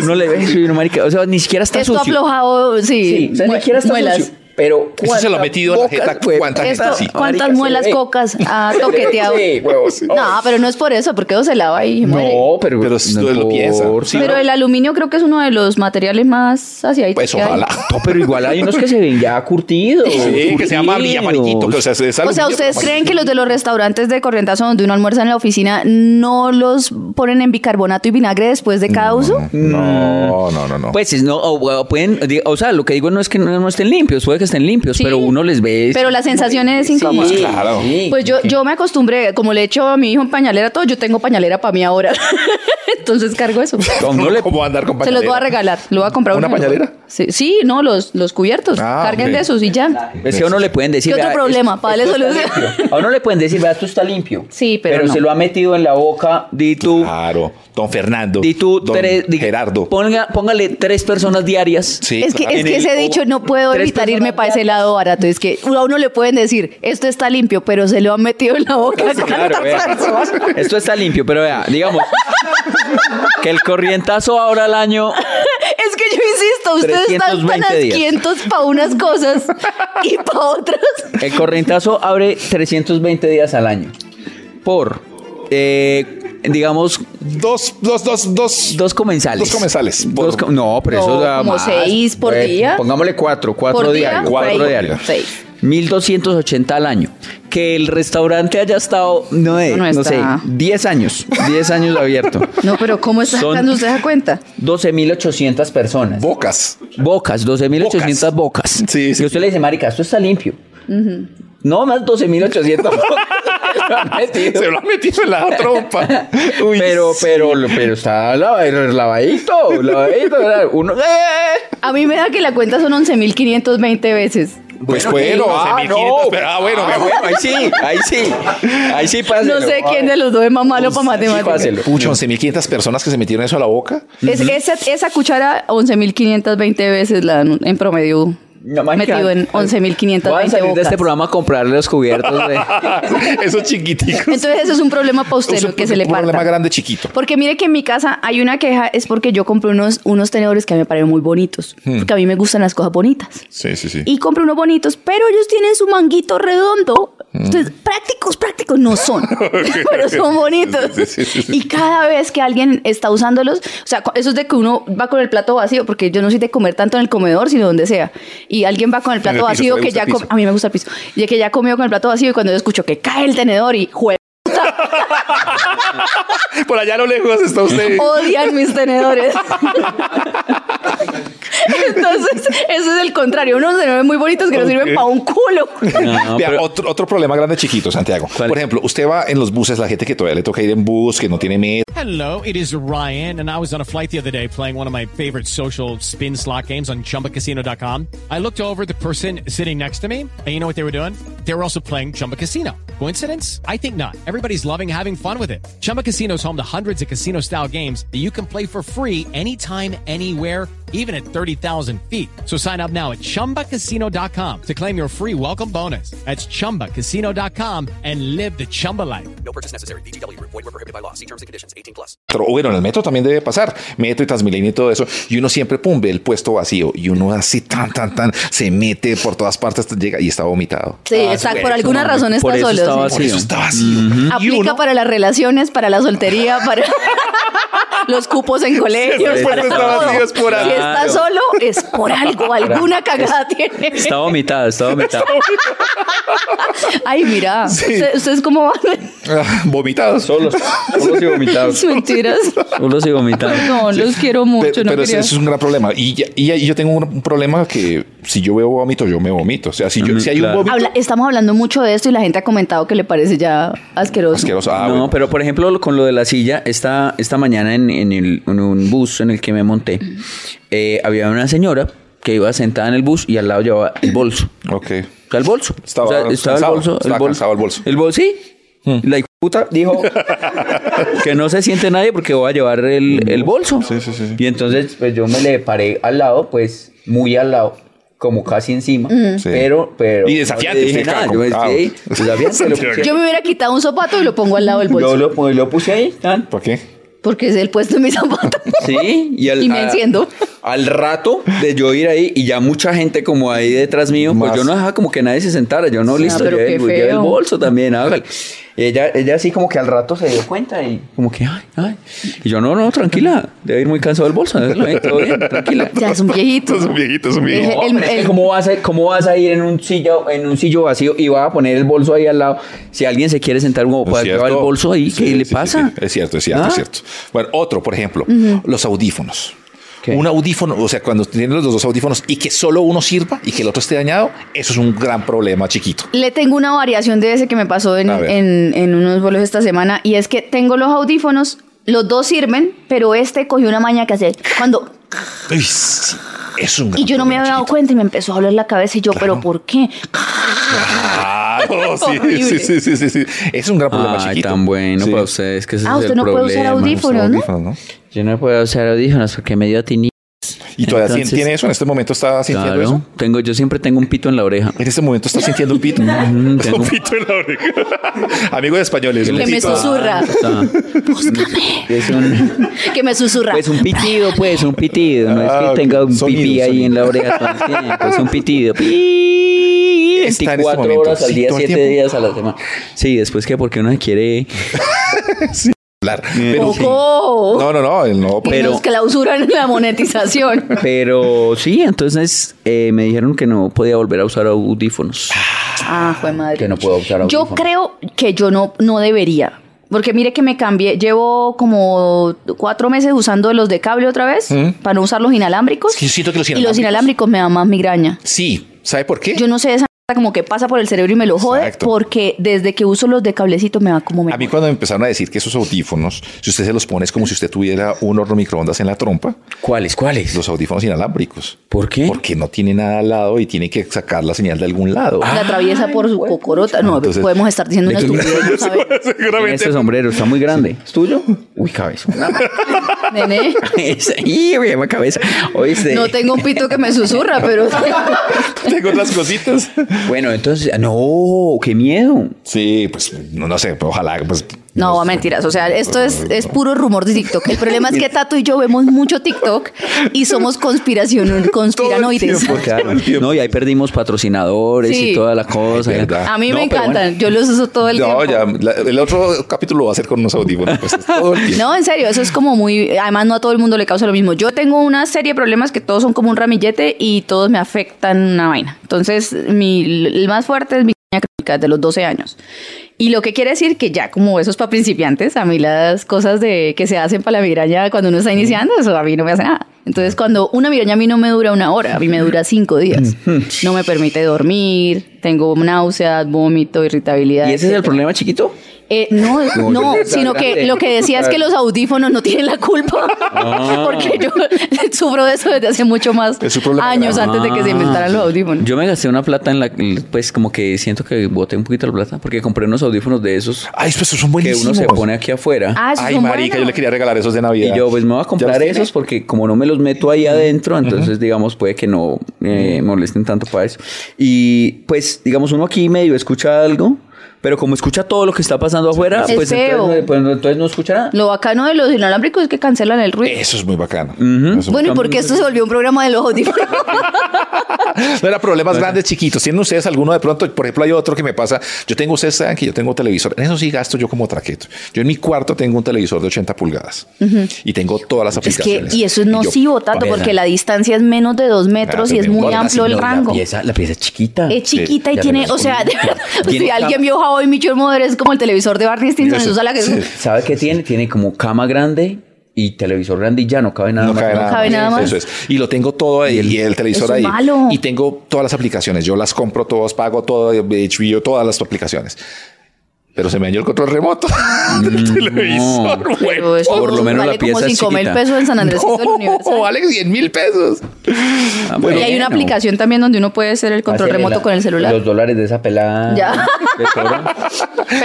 S3: uno le ve y uno, marica, o sea, ni siquiera está
S2: Esto ha
S3: sucio.
S2: aflojado, sí,
S3: Sí, o sea, ni
S2: mue-
S3: siquiera está
S2: muelas.
S3: sucio. Pero
S1: Eso Este se lo ha metido en la jeta, cuánta gente,
S2: Esto,
S1: sí.
S2: ¿Cuántas muelas cocas ha toqueteado?
S3: Sí, huevo, sí.
S2: No, pero no es por eso, porque eso se lava ahí. y muere.
S3: No, pero,
S1: Pero
S3: no
S1: si tú lo piensas.
S3: por- sí,
S2: Pero el aluminio creo que es uno de los materiales más hacia ahí.
S1: Pues
S2: que hay.
S1: ojalá.
S3: no, pero igual hay unos que se ven ya curtidos.
S1: Sí, que se llama amarillo, amarillito. que, O sea, es
S2: O sea,
S1: aluminio,
S2: ¿ustedes
S1: pero
S2: creen que los de los restaurantes de corrientazo donde uno almuerza en la oficina no los ponen en bicarbonato y vinagre después de cada uso?
S1: No, no, no, no.
S3: Pues es, no, o, o pueden, di- o sea, lo que digo no es que no, no estén limpios, puede que estén limpios,
S2: Sí.
S3: pero uno les ve.
S2: Pero la sensación es incómoda.
S1: claro.
S2: Pues yo, yo me acostumbré, como le echo a mi hijo en pañalera todo, yo tengo pañalera para mí ahora. Entonces cargo eso.
S3: Como uno le-
S1: ¿Cómo va a andar con
S2: Se los voy a
S1: pañalera?
S2: regalar. Lo voy a comprar
S1: ¿Una
S2: uno.
S1: pañalera?
S2: Sí, sí, no, los, los cubiertos.
S1: Ah,
S2: Carguen
S1: ok.
S2: de esos y ya.
S3: Es pues que a uno le pueden decir.
S2: ¿Qué otro
S3: "Vea,
S2: problema? ¿Para darle
S3: esto está
S2: solución?"
S3: limpio. A uno le pueden decir, vea, esto está limpio.
S2: Sí, pero no.
S3: se lo ha metido en la boca, di tú.
S1: Claro, don Fernando.
S3: Di tú,
S1: don
S3: tres, di-
S1: Gerardo.
S3: ponga- póngale tres personas diarias.
S1: Sí,
S2: es que,
S1: claro.
S2: es que ese dicho no puedo
S3: tres
S2: evitar
S3: personas
S2: irme para ese lado barato. Es que a uno le pueden decir, esto está limpio, pero se lo han metido en la boca. a
S3: Claro,
S2: cuántas
S3: vea.
S2: personas.
S3: Esto está limpio, pero vea, digamos que el corrientazo ahora al año
S2: Es que yo insisto, ustedes están tan
S3: 320 días.
S2: asquientos para unas cosas y para otras.
S3: El corrientazo abre 320 días al año. Por, eh, digamos,
S1: Dos, dos, dos, dos.
S3: dos comensales.
S1: Dos comensales, por-
S3: Dos co- no, pero eso
S2: No,
S3: da
S2: como
S3: más.
S2: seis por
S3: Bueno,
S2: día.
S3: Pongámosle cuatro, cuatro
S2: Por día,
S3: diarios.
S2: por ahí,
S3: Cuatro diarios.
S2: seis.
S3: 1280 al año. Que el restaurante haya estado, no, de-
S2: No
S3: no, sé,
S2: está.
S3: 10 años. 10 años abierto.
S2: No, pero ¿cómo está
S3: Son-
S2: sacando usted esa cuenta?
S3: 12.800 personas.
S1: Bocas.
S3: Bocas, 12.800 bocas.
S1: Sí, sí.
S3: Y usted le dice, marica, esto está limpio. No, más 12.800 bocas. Lo han metido.
S1: Se lo ha metido en la trompa. Uy,
S3: pero,
S1: sí.
S3: pero, pero está lava- lavadito, lavadito. ¿verdad? Uno, ¡eh!
S2: A mí me da que la cuenta son 11.520 veces.
S1: Pues
S3: Bueno,
S1: bueno, ah,
S3: sí, 12.500,
S1: no.
S3: pero-
S1: ah, bueno,
S3: ah,
S1: me voy.
S3: bueno, ahí sí, ahí sí, ahí sí páselo.
S2: No sé quién de los dos es más malo para
S3: Sí,
S2: matemáticas.
S3: páselo.
S1: Pucha, 11.500 personas que se metieron eso a la boca.
S2: Es- esa, esa cuchara 11.520 veces la dan en promedio
S3: No, marica,
S2: metido en
S3: Voy a
S2: 11.520
S3: salir de
S2: bocas.
S3: este programa a comprar los cubiertos de...
S1: eso chiquitico.
S2: Entonces eso es un problema para usted,
S1: Es
S2: lo que se le
S1: Un problema
S2: parta.
S1: grande chiquito.
S2: Porque mire que en mi casa hay una queja, es porque yo compré unos, unos tenedores que a mí me parecen muy bonitos,
S3: Hmm.
S2: porque a mí me gustan las cosas bonitas.
S1: Sí, sí, sí.
S2: Y compré unos bonitos, pero ellos tienen su manguito redondo.
S1: Mm.
S2: Entonces, prácticos, prácticos no son, pero son bonitos.
S1: Sí, sí, sí, sí.
S2: Y cada vez que alguien está usándolos, o sea, cu- eso es de que uno va con el plato vacío, porque yo no soy de comer tanto en el comedor, sino donde sea. Y alguien va con el plato
S1: el piso,
S2: vacío
S1: le
S2: que
S1: gusta
S2: ya
S1: el piso.
S2: com- a mí me gusta el piso, y que ya comió con el plato vacío y cuando yo escucho que cae el tenedor y juega
S1: Por allá a lo lejos está usted.
S2: odian mis tenedores. Entonces, eso es el contrario. Unos tenedores muy bonitos que no sirven para un culo.
S3: No,
S1: Vea,
S3: pero-
S1: otro, otro problema grande chiquito, Santiago. Por ejemplo, usted va en los buses, la gente que todavía le toca ir en bus, que no tiene metro,
S5: Hello, it is Ryan, and I was on a flight the other day playing one of my favorite social spin slot games on chumbacasino.com. I looked over at the person sitting next to me, and you know what they were doing? They were also playing Chumba Casino. Coincidence? I think not. Everybody's loving having fun with it. Chumba Casino is home to hundreds of casino style games that you can play for free anytime, anywhere, even at 30,000 feet. So sign up now at chumbacasino.com to claim your free welcome bonus. That's chumbacasino.com and live the Chumba life.
S1: o bueno, en el metro también debe pasar, metro y Transmilenio y todo eso, y uno siempre, pum, ve el puesto vacío, y uno así, tan, tan, tan, se mete por todas partes, llega y está vomitado.
S2: Sí, está- por alguna razón está
S3: por eso
S2: solo.
S3: estaba
S2: sí.
S1: Por eso
S3: Sí.
S1: está vacío. Y
S2: Aplica
S1: uno-
S2: para las relaciones, para la soltería, para los cupos en colegios.
S3: puesto
S2: para
S3: está
S2: todo.
S3: vacío es por
S2: Si
S3: algo.
S2: está solo, es por algo. Alguna cagada tiene.
S3: Está vomitado, está vomitado.
S2: Ay, mira. ¿Usted- ¿Ustedes cómo van?
S1: Ah, vomitado.
S3: Solos, solos y vomitados.
S2: Mentiras.
S3: Solos y vomitados.
S2: No, los quiero mucho.
S1: Pero,
S2: no
S1: pero
S2: quería-
S1: ese es un gran problema. Y, ya- y ya- y yo tengo un, un problema que si yo veo vómito, yo me vomito. O sea, si, yo,
S3: Mm,
S1: si hay
S3: claro.
S1: un vómito,
S2: Habla- estamos hablando mucho de esto y la gente ha comentado que le parece ya asqueroso.
S1: asqueroso. Ah,
S3: no,
S1: bueno.
S3: pero por ejemplo, lo- con lo de la silla, esta, esta mañana en, en el- en un bus en el que me monté, eh, había una señora que iba sentada en el bus y al lado llevaba el bolso.
S1: Ok.
S3: O sea, el bolso.
S1: Estaba
S3: O sea,
S1: cansado,
S3: estaba el bolso.
S1: estaba cansado el bolso.
S3: El bolso, sí. La hijo de puta dijo que no se siente nadie porque voy a llevar el, el bolso.
S1: Mm. Sí, sí, sí, sí.
S3: Y entonces, pues yo me le paré al lado, pues muy al lado, como casi encima.
S1: Sí.
S3: Pero, pero.
S1: Y desafiante,
S3: no le dije
S1: usted,
S3: nada.
S1: caco.
S3: Yo me
S1: Ah,
S3: sí,
S1: bueno.
S3: desafiante, lo puse-
S2: Yo me hubiera quitado un zapato y lo pongo al lado del bolso.
S3: Yo lo, pues, lo puse ahí, tan.
S1: ¿Por qué?
S2: Porque es el puesto de mi zapato.
S3: Sí, y, al,
S2: Y me
S3: a-
S2: enciendo.
S3: Al rato de yo ir ahí y ya mucha gente como ahí detrás mío,
S1: Más.
S3: pues yo no dejaba como que nadie se sentara. Yo no,
S2: Ah,
S3: listo,
S2: pero
S3: lleve
S2: qué
S3: el, lleve el
S2: feo.
S3: bolso también, hágale. Ella, ella así como que al rato se dio cuenta y como que, ay, ay. Y yo, no, no, tranquila, debe ir muy cansado el bolso, déjalo ahí, todo bien, tranquila.
S2: Ya es un viejito.
S1: Es un viejito, es un
S2: viejito.
S3: No,
S2: El-
S3: pero es que
S2: el-
S3: ¿cómo, vas a, ¿Cómo vas a ir en un sillo, en un sillo vacío y vas a poner el bolso ahí al lado? Si alguien se quiere sentar como para
S1: Es
S3: llevar el
S1: cierto.
S3: bolso ahí, ¿qué
S1: Sí,
S3: le
S1: sí, sí,
S3: pasa?
S1: sí. Es cierto, es cierto,
S3: ¿Ah?
S1: es cierto. Bueno, otro, por ejemplo, los audífonos.
S3: ¿Qué?
S1: Un audífono, o sea, cuando tienen los dos audífonos y que solo uno sirva y que el otro esté dañado, eso es un gran problema chiquito.
S2: Le tengo una variación de ese que me pasó en,
S1: A ver.
S2: en- en unos vuelos esta semana y es que tengo los audífonos, los dos sirven, pero este cogió una maña que hace cuando
S1: Es un gran
S2: Y yo no me había dado
S1: problema,
S2: cuenta y me empezó a hablar la cabeza y yo, ¿pero por qué?
S1: Claro, Ah, oh, sí, sí, sí, sí, sí, sí. Es un gran problema
S3: Ay,
S1: chiquito.
S3: tan bueno
S1: Sí.
S3: para ustedes que ese
S2: Ah,
S3: es
S2: usted
S3: Pues el
S2: no puede usar
S3: problema.
S2: audífonos, ¿no?
S1: Audífonos, ¿no?
S3: Yo no puedo usar audífonos porque me dio tinnitus.
S1: Y todavía
S3: Entonces-
S1: tiene eso, en este momento está sintiendo
S3: Claro,
S1: eso.
S3: tengo, yo siempre tengo un pito en la oreja.
S1: En este momento está sintiendo un pito.
S3: Mm, tengo-
S1: Un pito en la oreja. Amigo de españoles. un
S2: Que me
S1: pito.
S2: susurra,
S3: Ah, es un,
S2: que me susurra.
S3: pues un pitido, pues un pitido. No es que
S1: Ah, ok.
S3: tenga un
S1: Sonido,
S3: pipí ahí
S1: sonido.
S3: en la oreja todo el tiempo. Es un pitido. Pi-
S1: Está en este
S3: 24
S1: momento,
S3: horas al
S1: sí,
S3: día,
S1: todo el
S3: 7
S1: tiempo.
S3: días a la semana. Sí, después que porque uno se quiere.
S1: Hablar. Pero,
S2: Poco.
S1: no, no, no, él no.
S2: Y
S3: pero-
S2: nos clausuran la monetización.
S3: Pero sí, entonces eh, me dijeron que no podía volver a usar audífonos.
S2: Ah, fue madre.
S3: Que no puedo usar audífonos.
S2: Yo creo que yo no, no debería. Porque mire que me cambié, llevo como cuatro meses usando los de cable otra vez para no usar los inalámbricos.
S1: ¿Mm? Es que yo siento que los
S2: Y los inalámbricos me dan más migraña.
S1: Sí, ¿sabe por qué?
S2: Yo no sé, esa mierda como que pasa por el cerebro y me lo jode
S1: Exacto.
S2: porque desde que uso los de cablecito me da como...
S1: A mí cuando me empezaron a decir que esos audífonos, si usted se los pone es como si usted tuviera un horno microondas en la trompa,
S3: ¿Cuáles? ¿Cuáles?
S1: los audífonos inalámbricos.
S3: ¿Por qué?
S1: Porque no tiene nada al lado y tiene que sacar la señal de algún lado.
S2: la atraviesa por su cocorota. No,
S1: Entonces-
S2: podemos estar diciendo una
S1: Entonces-
S2: estupidez, no sabe.
S3: Tiene
S1: Seguramente.
S3: Este sombrero está muy grande. ¿Es tuyo? Uy, cabeza.
S2: Nene,
S3: Ese- ¡Y, güey, mi cabeza! este, Oíste.
S2: no tengo un pito que me susurra, pero...
S1: Tengo otras cositas.
S3: Bueno, entonces, ah, no, qué miedo.
S1: Sí, pues no, no sé, ojalá. Pues,
S2: No, mentiras. O sea, esto es, es puro rumor de TikTok. El problema es que Tato y yo vemos mucho TikTok y somos conspiración, conspiranoides.
S1: tiempo.
S3: Claro. No, y ahí perdimos patrocinadores
S2: Sí.
S3: y toda la cosa.
S1: Ay, verdad.
S2: A mí
S3: No,
S2: me
S3: pero
S2: encantan.
S3: bueno.
S2: Yo los uso todo el
S1: No,
S2: tiempo.
S1: ya, la- el otro capítulo lo va a hacer con unos audífonos. pues, todo el tiempo.
S2: No, en serio, eso es como muy. Además, no a todo el mundo le causa lo mismo. Yo tengo una serie de problemas que todos son como un ramillete y todos me afectan una vaina. Entonces, mi, el más fuerte es mi crónica de los 12 años. Y lo que quiere decir que ya, como esos para principiantes, a mí las cosas de que se hacen para la migraña cuando uno está iniciando, eso a mí no me hace nada. Entonces, cuando una migraña a mí no me dura una hora, a mí me dura cinco días. No me permite dormir, tengo náuseas, vómito, irritabilidad.
S3: ¿Y ese es el
S2: etcétera.
S3: problema chiquito?
S2: Eh, no, no,
S3: yo-
S2: sino que lo que decía es que los audífonos no tienen la culpa.
S1: Ah.
S2: Porque yo sufro de eso desde hace mucho más
S1: Es su problema
S2: años antes de que
S1: Ah.
S2: se inventaran los audífonos.
S3: Yo me gasté una plata en la. Pues como que siento que boté un poquito la plata porque compré unos audífonos de esos
S1: Ay, pues esos son
S3: que
S1: buenísimos.
S3: uno se pone aquí afuera.
S2: ah, esos
S1: Ay,
S2: son
S1: marica, yo le
S2: buenos.
S1: quería regalar esos de Navidad.
S3: Y yo, pues me voy a
S1: ¿Ya
S3: comprar
S1: los tiene?
S3: esos porque como no me los meto ahí adentro, entonces, digamos, puede que no eh, molesten tanto para eso. Y pues, digamos, uno aquí medio escucha algo, pero como escucha todo lo que está pasando afuera,
S2: Es
S3: pues
S2: feo.
S3: entonces, pues, no- entonces no escucha nada.
S2: Lo bacano de los inalámbricos es que cancelan el ruido.
S1: Eso es muy bacano. Eso-
S2: bueno, ¿y por qué esto se volvió un programa de los audífonos?
S1: No era problemas grandes, chiquitos. Tienen ustedes alguno de pronto, por ejemplo, hay otro que me pasa. Yo tengo, ustedes saben que yo tengo televisor. En eso sí gasto yo como traqueto. Yo en mi cuarto tengo un televisor de 80 pulgadas y tengo todas las
S2: es que,
S1: aplicaciones.
S2: y eso es
S1: yo,
S2: nocivo, Tato,
S3: ¿verdad?
S2: porque la distancia es menos de dos metros
S1: Claro,
S2: y es
S1: me
S2: muy
S1: engorda,
S2: amplio
S1: si
S2: el
S1: no, la
S2: rango. Eh.
S3: pieza, la pieza es chiquita.
S2: Es chiquita y
S3: Ya
S2: tiene,
S3: verás,
S2: o sea,
S3: con-
S2: de verdad,
S3: tiene
S2: si alguien
S3: cam-
S2: vio How I Met Your Mother, es como el televisor de Barney Stinson,
S1: Eso,
S2: eso es la que
S1: sí.
S3: ¿Sabe qué tiene? Tiene como cama grande y televisor grande y ya no cabe nada
S1: No
S3: más.
S1: cabe nada,
S2: cabe
S1: más.
S2: nada más.
S1: Eso es. Y lo tengo todo ahí, y el televisor
S2: Eso es
S1: ahí.
S2: malo.
S1: Y tengo todas las aplicaciones. Yo las compro todas, pago todo, HBO, todas las aplicaciones. Pero se me dañó el control remoto del televisor.
S2: Pero eso
S3: Por lo menos la
S2: vale como
S3: pieza es
S2: 5 mil
S3: chiquita.
S2: pesos en San Andresito del Universal.
S1: O vale 100 mil pesos.
S3: Ah,
S2: ¿eh? y hay una
S3: bueno.
S2: aplicación también donde uno puede hacer el control
S3: Pásele
S2: remoto
S3: la-
S2: con el celular.
S3: Los dólares de esa pelada.
S2: Ya.
S3: le cobran.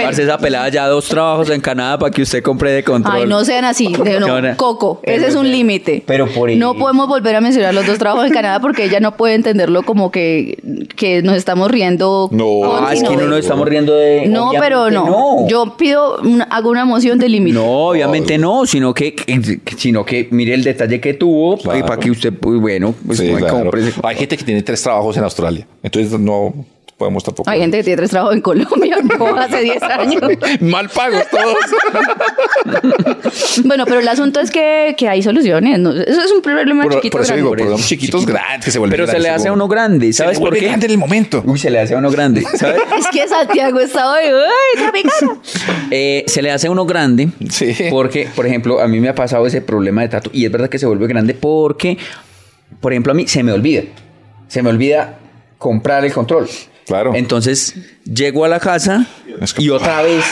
S3: Parce, esa pelada ya dos trabajos en Canadá para que usted compre de control.
S2: Ay, no sean así. de- no,
S3: Ahora-
S2: Coco, ese
S3: Pero-
S2: es un límite.
S3: pero por
S2: No
S3: eso.
S2: podemos volver a mencionar los dos trabajos en Canadá porque ella no puede entenderlo como que, que nos estamos riendo.
S1: No.
S2: con-
S3: Ah, es que
S2: sino
S3: no nos
S2: de-
S3: estamos riendo de.
S2: No,
S3: obviamente
S2: pero no. Yo pido, una- hago una moción de límite.
S3: No, obviamente no, sino que, que- sino que mire el detalle que tuvo eh,
S1: Claro.
S3: para que usted, pues, bueno, pues
S1: Sí,
S3: bueno,
S1: claro.
S3: compre ese-
S1: Hay gente que tiene tres trabajos en Australia. Entonces no podemos tampoco.
S2: Hay gente que tiene tres trabajos en Colombia, como hace 10 años.
S1: Mal pagos todos.
S2: Bueno, pero el asunto es que, que hay soluciones. ¿no? Eso es un problema
S1: por,
S2: chiquito.
S1: por eso
S2: grande.
S1: digo, problemas chiquitos grandes que se vuelven
S3: Pero se le
S1: grandes,
S3: hace a
S1: como-
S3: uno grande,
S1: Se le
S3: ¿sabes por
S1: vuelve
S3: qué?
S1: grande en el momento.
S3: Uy, se le hace a uno grande, ¿sabes?
S2: Es que Santiago está hoy, ¡ay, tropicana!
S3: Eh, se le hace a uno grande
S1: Sí.
S3: porque, por ejemplo, a mí me ha pasado ese problema de tato y es verdad que se vuelve grande porque, por ejemplo, a mí se me olvida. Se me olvida comprar el control.
S1: Claro.
S3: Entonces, llego a la casa
S1: Es como-
S3: y otra vez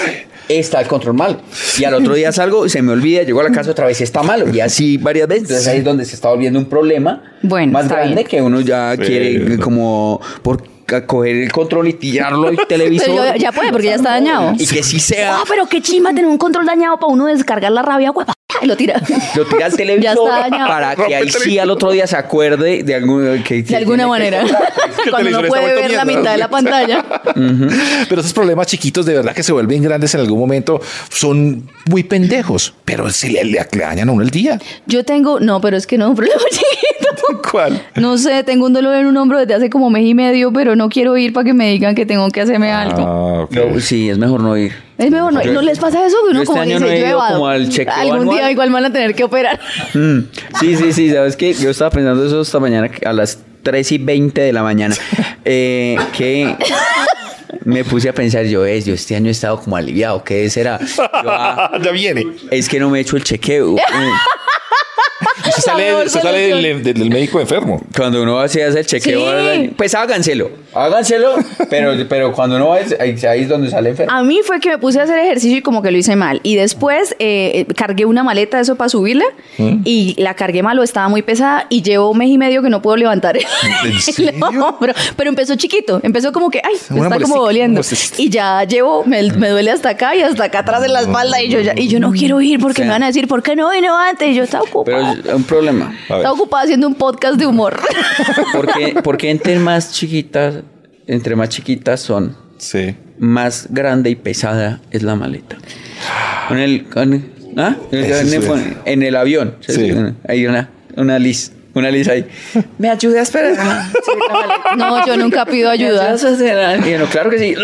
S3: está el control malo. Y al otro día salgo y se me olvida, llego a la casa otra vez y está malo. Y así varias veces. Entonces ahí es donde se está volviendo un problema
S2: Bueno,
S3: más
S2: está
S3: grande
S2: bien.
S3: que uno ya quiere como por ca- coger el control y tirarlo el televisor.
S2: Pero ya puede, porque ya está dañado.
S3: Y que sí sea.
S2: Ah, pero qué chimba tener un control dañado para uno descargar la rabia, huepa. Y lo tira.
S3: Lo tira al
S2: Ya
S3: televisor
S2: está dañado.
S3: para que ahí sí al otro día se acuerde de algún que-
S2: De alguna manera. Cuando
S1: televisor
S2: uno
S1: está
S2: puede
S1: vuelto
S2: ver la
S1: mierda.
S2: mitad de la pantalla.
S1: Pero esos problemas chiquitos de verdad que se vuelven grandes en algún momento son muy pendejos, pero se le, le, le dañan a uno el día.
S2: Yo tengo, no, pero es que no es un problema chiquito.
S1: ¿Cuál?
S2: No sé, tengo un dolor en un hombro desde hace como mes y medio, pero no quiero ir para que me digan que tengo que hacerme
S1: Ah,
S2: algo.
S3: No,
S1: pues,
S3: sí, es mejor no ir.
S2: Es mejor, no, ¿no les pasa eso que uno
S3: Yo este
S2: como que
S3: año
S2: dice,
S3: no he
S2: yo he
S3: ido
S2: evado.
S3: como al chequeo
S2: Algún día
S3: anual.
S2: igual me van a tener que operar.
S3: Mm, Sí, sí, sí, sabes que yo estaba pensando eso esta mañana a las 3 y 20 de la mañana. eh, que me puse a pensar, yo es, yo este año he estado como aliviado, ¿qué será? Yo, ah,
S1: ya viene.
S3: es que no me he hecho el chequeo. Eh,
S1: Se sale,
S2: mejor
S1: se sale
S2: solución.
S1: del, del- del médico enfermo.
S3: Cuando uno hace hace el chequeo,
S2: Sí.
S3: al año, pues háganselo, háganselo, pero, pero cuando uno va, es- ahí, ahí es donde sale enfermo.
S2: A mí fue que me puse a hacer ejercicio y como que lo hice mal. Y después eh, cargué una maleta, eso para subirla,
S3: ¿Mm?
S2: y la cargué mal o estaba muy pesada y llevo un mes y medio que no puedo levantar el,
S1: ¿En serio?
S2: hombro. Pero empezó chiquito, empezó como que, ay, me
S1: Una
S2: está
S1: molestica,
S2: como doliendo.
S1: molestica.
S2: Y ya llevo, me, me duele hasta acá y hasta acá atrás de la espalda y yo ya, y yo no quiero ir porque me van a decir, ¿por qué no vino antes? Y yo estaba
S3: Pero
S2: ocupada.
S3: es un problema.
S2: Estaba ocupada haciendo un podcast de humor.
S3: Porque, porque entre más chiquitas, entre más chiquitas son,
S1: Sí.
S3: más grande y pesada es la maleta. Con el, con- ¿ah?
S1: Eso sí.
S3: en, el, en el avión.
S1: Sí.
S3: Hay una, una lis, una lis ahí. ¿Me ayudas para
S2: No, yo nunca pido
S3: ¿Me
S2: ayuda.
S3: ayudas a hacer- Y yo, no, claro que sí.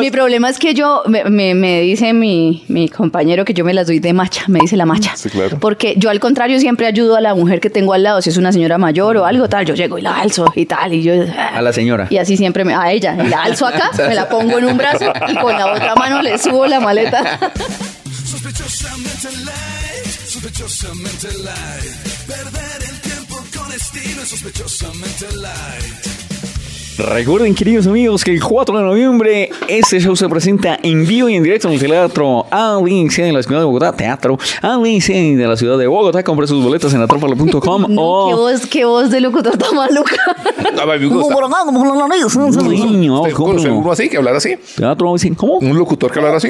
S2: Mi problema es que yo, me, me- me dice mi, mi compañero que yo me las doy de macha, me dice la macha.
S1: Sí, claro.
S2: Porque yo al contrario siempre ayudo a la mujer que tengo al lado, si es una señora mayor o algo tal, yo llego y la alzo y tal, y yo...
S3: A la señora.
S2: Y así siempre me, a ella, y la alzo acá, me la pongo en un brazo y con la otra mano le subo la maleta.
S3: Recuerden, queridos amigos, que el 4 de noviembre este show se presenta en vivo y en directo en el Teatro Alicia de la ciudad de Bogotá, Teatro Alicia de la ciudad de Bogotá. Compre sus boletas en atrópalo.com
S2: No, qué
S3: o.
S2: voz, qué voz de locutor tan maluca.
S3: Niño,
S1: Usted-
S3: ¿cómo?
S1: conoce uno así que hablar así?
S3: Teatro Alicia, ¿cómo?
S1: ¿Un locutor que hablar así?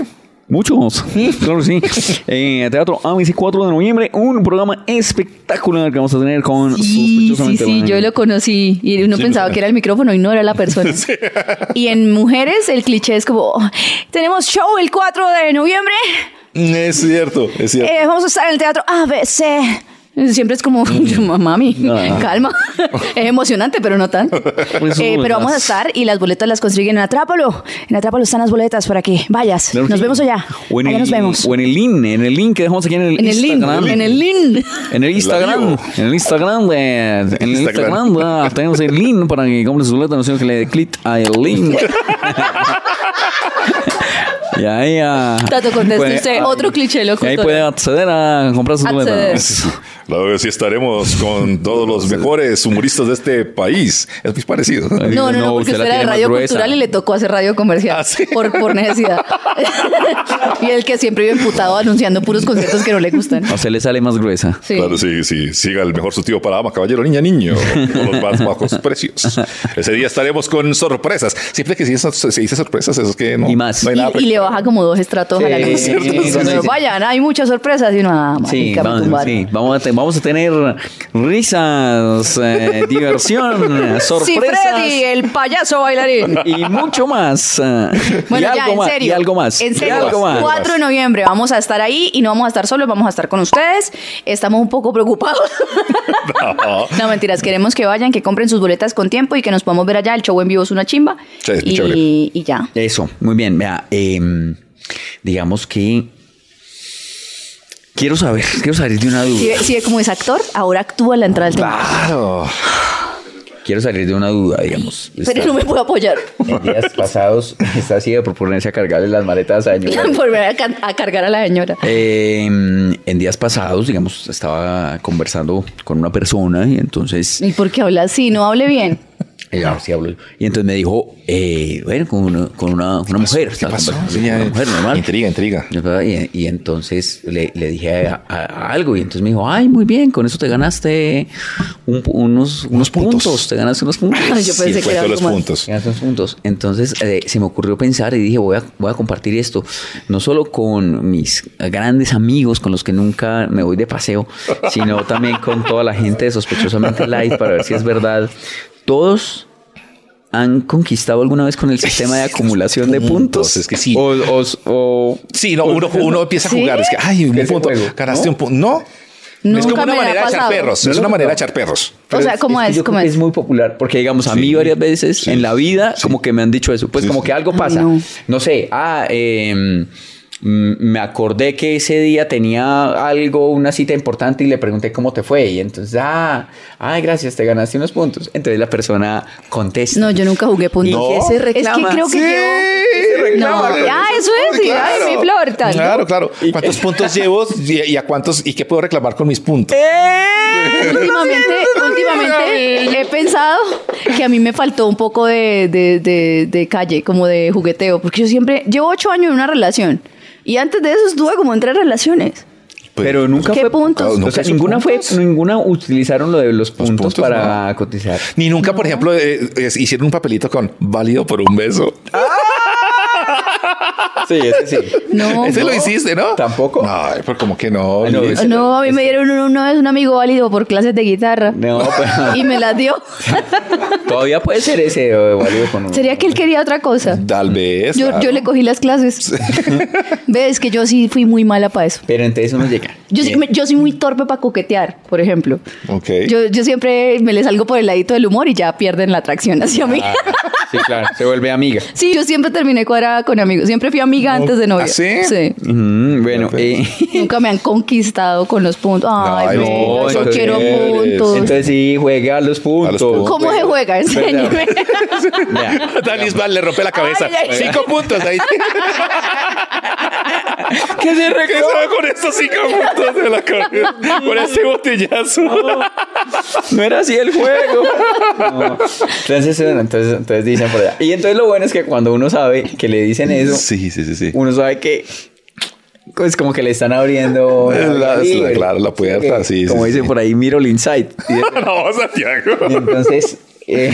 S3: Muchos, claro que sí. Eh, Teatro ABC 4 de noviembre, un programa espectacular que vamos a tener con
S2: Sí, sí,
S3: sospechosamente
S2: sí,
S3: Blanca.
S2: yo lo conocí y uno pensaba que era el micrófono y no era la persona. Y en mujeres el cliché es como, "Oh, tenemos show el 4 de noviembre,
S1: Es cierto, es cierto.
S2: eh, vamos a estar en el teatro ABC. Siempre es como,
S3: Mm.
S2: mami,
S3: Ah.
S2: calma. Es emocionante, pero no tanto.
S3: Pues,
S2: Eh, pero vamos a estar y las boletas las consiguen en Atrápalo. En Atrápalo están las boletas para que vayas.
S3: Claro que
S2: Nos
S3: sí.
S2: vemos allá.
S3: O en
S2: Allá
S3: el,
S2: nos vemos.
S3: O en el link, en el link que dejamos aquí en el
S2: En el link,
S3: Instagram.
S2: en el link.
S3: En el Instagram,
S1: bio.
S3: en el Instagram, de, en el
S1: Instagram.
S3: Instagram, ah, tenemos el link para que compre su boleta, no sé que le dé clic al link. y ahí ah,
S2: Tato, contestaste
S3: puede- ah,
S2: otro cliché
S3: y ahí
S2: locutor.
S3: puede acceder a comprar sus
S2: Acceder.
S3: boletas.
S1: Claro que sí estaremos con todos los mejores humoristas de este país. Es muy parecido.
S2: No, no,
S3: No,
S2: no, porque
S3: usted la
S2: usted era de
S3: tiene más
S2: radio
S3: gruesa.
S2: cultural y le tocó hacer radio comercial
S1: Ah, ¿sí?
S2: por, por necesidad. y el que siempre vive emputado anunciando puros conciertos que no le gustan.
S3: O se le sale más gruesa.
S2: Sí.
S1: Claro, sí, sí. Siga el mejor sustituto para ama, caballero, niña, niño. Por los más bajos precios. Ese día estaremos con sorpresas. Siempre que se dice, se dice sorpresas, eso es que no.
S3: Y más.
S1: no hay
S2: Y,
S1: nada
S2: y le baja como dos estratos a la
S3: Ah, pues Sí, es
S2: luz.
S3: cierto,
S2: Y
S3: sí,
S2: cuando
S3: sí, sí.
S2: vayan, hay muchas sorpresas y uno, ah,
S3: Sí,
S2: marica, me
S3: vamos,
S2: tumbaron.
S3: sí, vamos a, te- vamos a tener risas, eh, diversión,
S2: Sí,
S3: sorpresas
S2: Freddy, el payaso bailarín.
S3: y mucho más. eh,
S2: Bueno,
S3: y
S2: ya,
S3: algo
S2: en
S3: más,
S2: serio.
S3: Y algo más.
S2: En
S3: y
S2: serio.
S3: algo más.
S2: 4 de noviembre vamos a estar ahí y no vamos a estar solos, vamos a estar con ustedes. Estamos un poco preocupados. No, mentiras. Queremos que vayan, que compren sus boletas con tiempo y que nos podamos ver allá. El show en vivo es una chimba.
S1: Sí, es muy chévere.
S2: y, y ya.
S3: Eso, muy bien. Vea, em, digamos que quiero saber, quiero salir de una duda.
S1: Ah,
S2: Si, ve- si ve como es actor, ahora actúa en la entrada del tema.
S1: Claro.
S3: Quiero salir de una duda, digamos.
S2: Pero no me puedo apoyar.
S3: En días pasados, está así de proponerse a cargarle las maletas a año.
S2: Volver a, can- a cargar a la señora.
S3: Eh, en días pasados, digamos, estaba conversando con una persona y entonces
S2: ¿Y por qué habla así? No hable bien.
S3: Eh, ahora sí hablo yo. Y entonces me dijo, eh, bueno, con una, con una, una mujer.
S1: ¿Qué
S3: estaba
S1: pasó?
S3: conversando
S1: Sí,
S3: con
S1: ya-
S3: una mujer normal.
S1: Intriga, intriga.
S3: "Ah, Y, y entonces le, le dije a- a- a algo y entonces me dijo, ay, muy bien, con eso te ganaste un- unos, unos puntos.
S1: puntos.
S3: te ganaste unos puntos.
S2: Ay, yo pensé
S1: Y el
S2: que era
S1: cuento de los
S2: como-
S1: puntos.
S3: Te ganaste unos puntos. Entonces eh, se me ocurrió pensar y dije, voy a, voy a compartir esto, no solo con mis grandes amigos con los que nunca me voy de paseo, sino también con toda la gente de sospechosamente light para ver si es verdad. Todos han conquistado alguna vez con el sistema de acumulación de puntos.
S1: Puntos, es que sí.
S3: O, o- o-
S1: Sí, no, uno, uno empieza a
S2: ¿Sí?
S1: jugar. Es que, ay, un
S3: Ese
S1: punto.
S3: juego,
S1: Ganaste
S3: ¿no?
S1: un punto. No. es
S2: Nunca
S1: como una
S2: me
S1: manera
S2: ha
S1: de echar
S2: pasado.
S1: perros.
S3: No
S1: es
S3: lo
S1: una
S3: he
S1: manera de
S3: probado.
S1: echar perros.
S2: O sea, ¿cómo
S3: que
S2: es?
S3: yo
S2: ¿Cómo
S3: creo que
S2: es?
S3: es muy popular porque, digamos, a mí
S1: Sí,
S3: varias veces
S1: sí,
S3: en la vida,
S1: sí.
S3: como que me han dicho eso. Pues,
S1: Sí,
S3: como
S1: sí.
S3: que algo
S2: Ay,
S3: pasa.
S2: no.
S3: no. sé, ah, eh, mm, me acordé que ese día tenía algo, una cita importante y le pregunté cómo te fue. Y entonces, ah, ay, gracias, te ganaste unos puntos. Entontos la persona contesta.
S2: No, yo nunca jugué puntos.
S3: ¿Y qué se reclama?
S2: Es que creo que
S3: Sí.
S2: llevo... No, ah, eso es, sí, ay, mi flor, tal.
S1: Claro, claro. ¿Cuántos puntos llevo y, y a cuántos y qué puedo reclamar con mis puntos?
S2: Eh. Últimamente, últimamente eh, he pensado que a mí me faltó un poco de, de- de- de calle, como de jugueteo, porque yo siempre llevo ocho años en una relación y antes de eso estuve como en tres relaciones.
S3: Pero nunca
S2: ¿Qué
S3: fue
S2: puntos?
S3: O
S1: Nunca
S3: sea,
S1: hizo
S3: ninguna
S1: pues, puntos.
S3: fue, ninguna utilizaron lo de los
S1: puntos,
S3: puntos, para cotizar.
S1: Ni nunca, por ejemplo, eh, es- hicieron un papelito con válido por un beso.
S3: Sí, ese sí.
S2: No,
S1: Ese lo
S2: Ah, no.
S1: hiciste, ¿no?
S3: Tampoco.
S1: Ay, pero como que no.
S3: Ay, no,
S1: Luis.
S2: No, a mí me dieron uno- una vez un amigo válido por clases de guitarra
S3: No, pero-
S2: y me las dio.
S3: Todavía puede ser ese o válido con un-
S2: Sería que él quería otra cosa.
S1: Tal vez.
S2: Yo,
S1: claro.
S2: yo le cogí las clases. Ves que yo sí fui muy mala para eso.
S3: Pero entonces uno llega.
S2: Yo, sí-
S3: Bien.
S2: me- yo soy muy torpe para coquetear, por ejemplo.
S1: Ok.
S2: Yo, yo siempre me les salgo por el ladito del humor y ya pierden la atracción hacia mí.
S3: Sí, claro, se vuelve amiga.
S2: Sí, yo siempre terminé cuadrada con amigos. Siempre fui amiga antes de novia.
S1: ¿Ah, sí?
S3: Ujú, bueno, eh,
S2: Nunca me han conquistado con los puntos. Ay,
S1: Ay, no,
S2: venga, yo
S3: entonces-
S2: quiero puntos.
S3: entonces sí, juega a los puntos.
S1: A los puntos.
S2: ¿Cómo se juega? Enséñeme.
S3: Vea,
S1: Tal vez le rompe la cabeza.
S2: Ay, ay, ay.
S1: Cinco puntos ahí.
S3: ¿Qué se re-
S1: ¿Qué se va con estos cinco puntos de la cabeza? Con este botellazo.
S3: No era así el juego. No. Entonces, bueno, entonces, entonces dicen por allá. Y entonces lo bueno es que cuando uno sabe que le dicen eso,
S1: Sí, sí, sí, sí.
S3: uno sabe que es como que le están abriendo
S1: La- la-
S3: libre.
S1: claro, la puerta, sí, sí,
S3: Como
S1: sí.
S3: dicen por ahí, miro el insight. Y-
S1: No, Santiago.
S3: Y entonces, eh,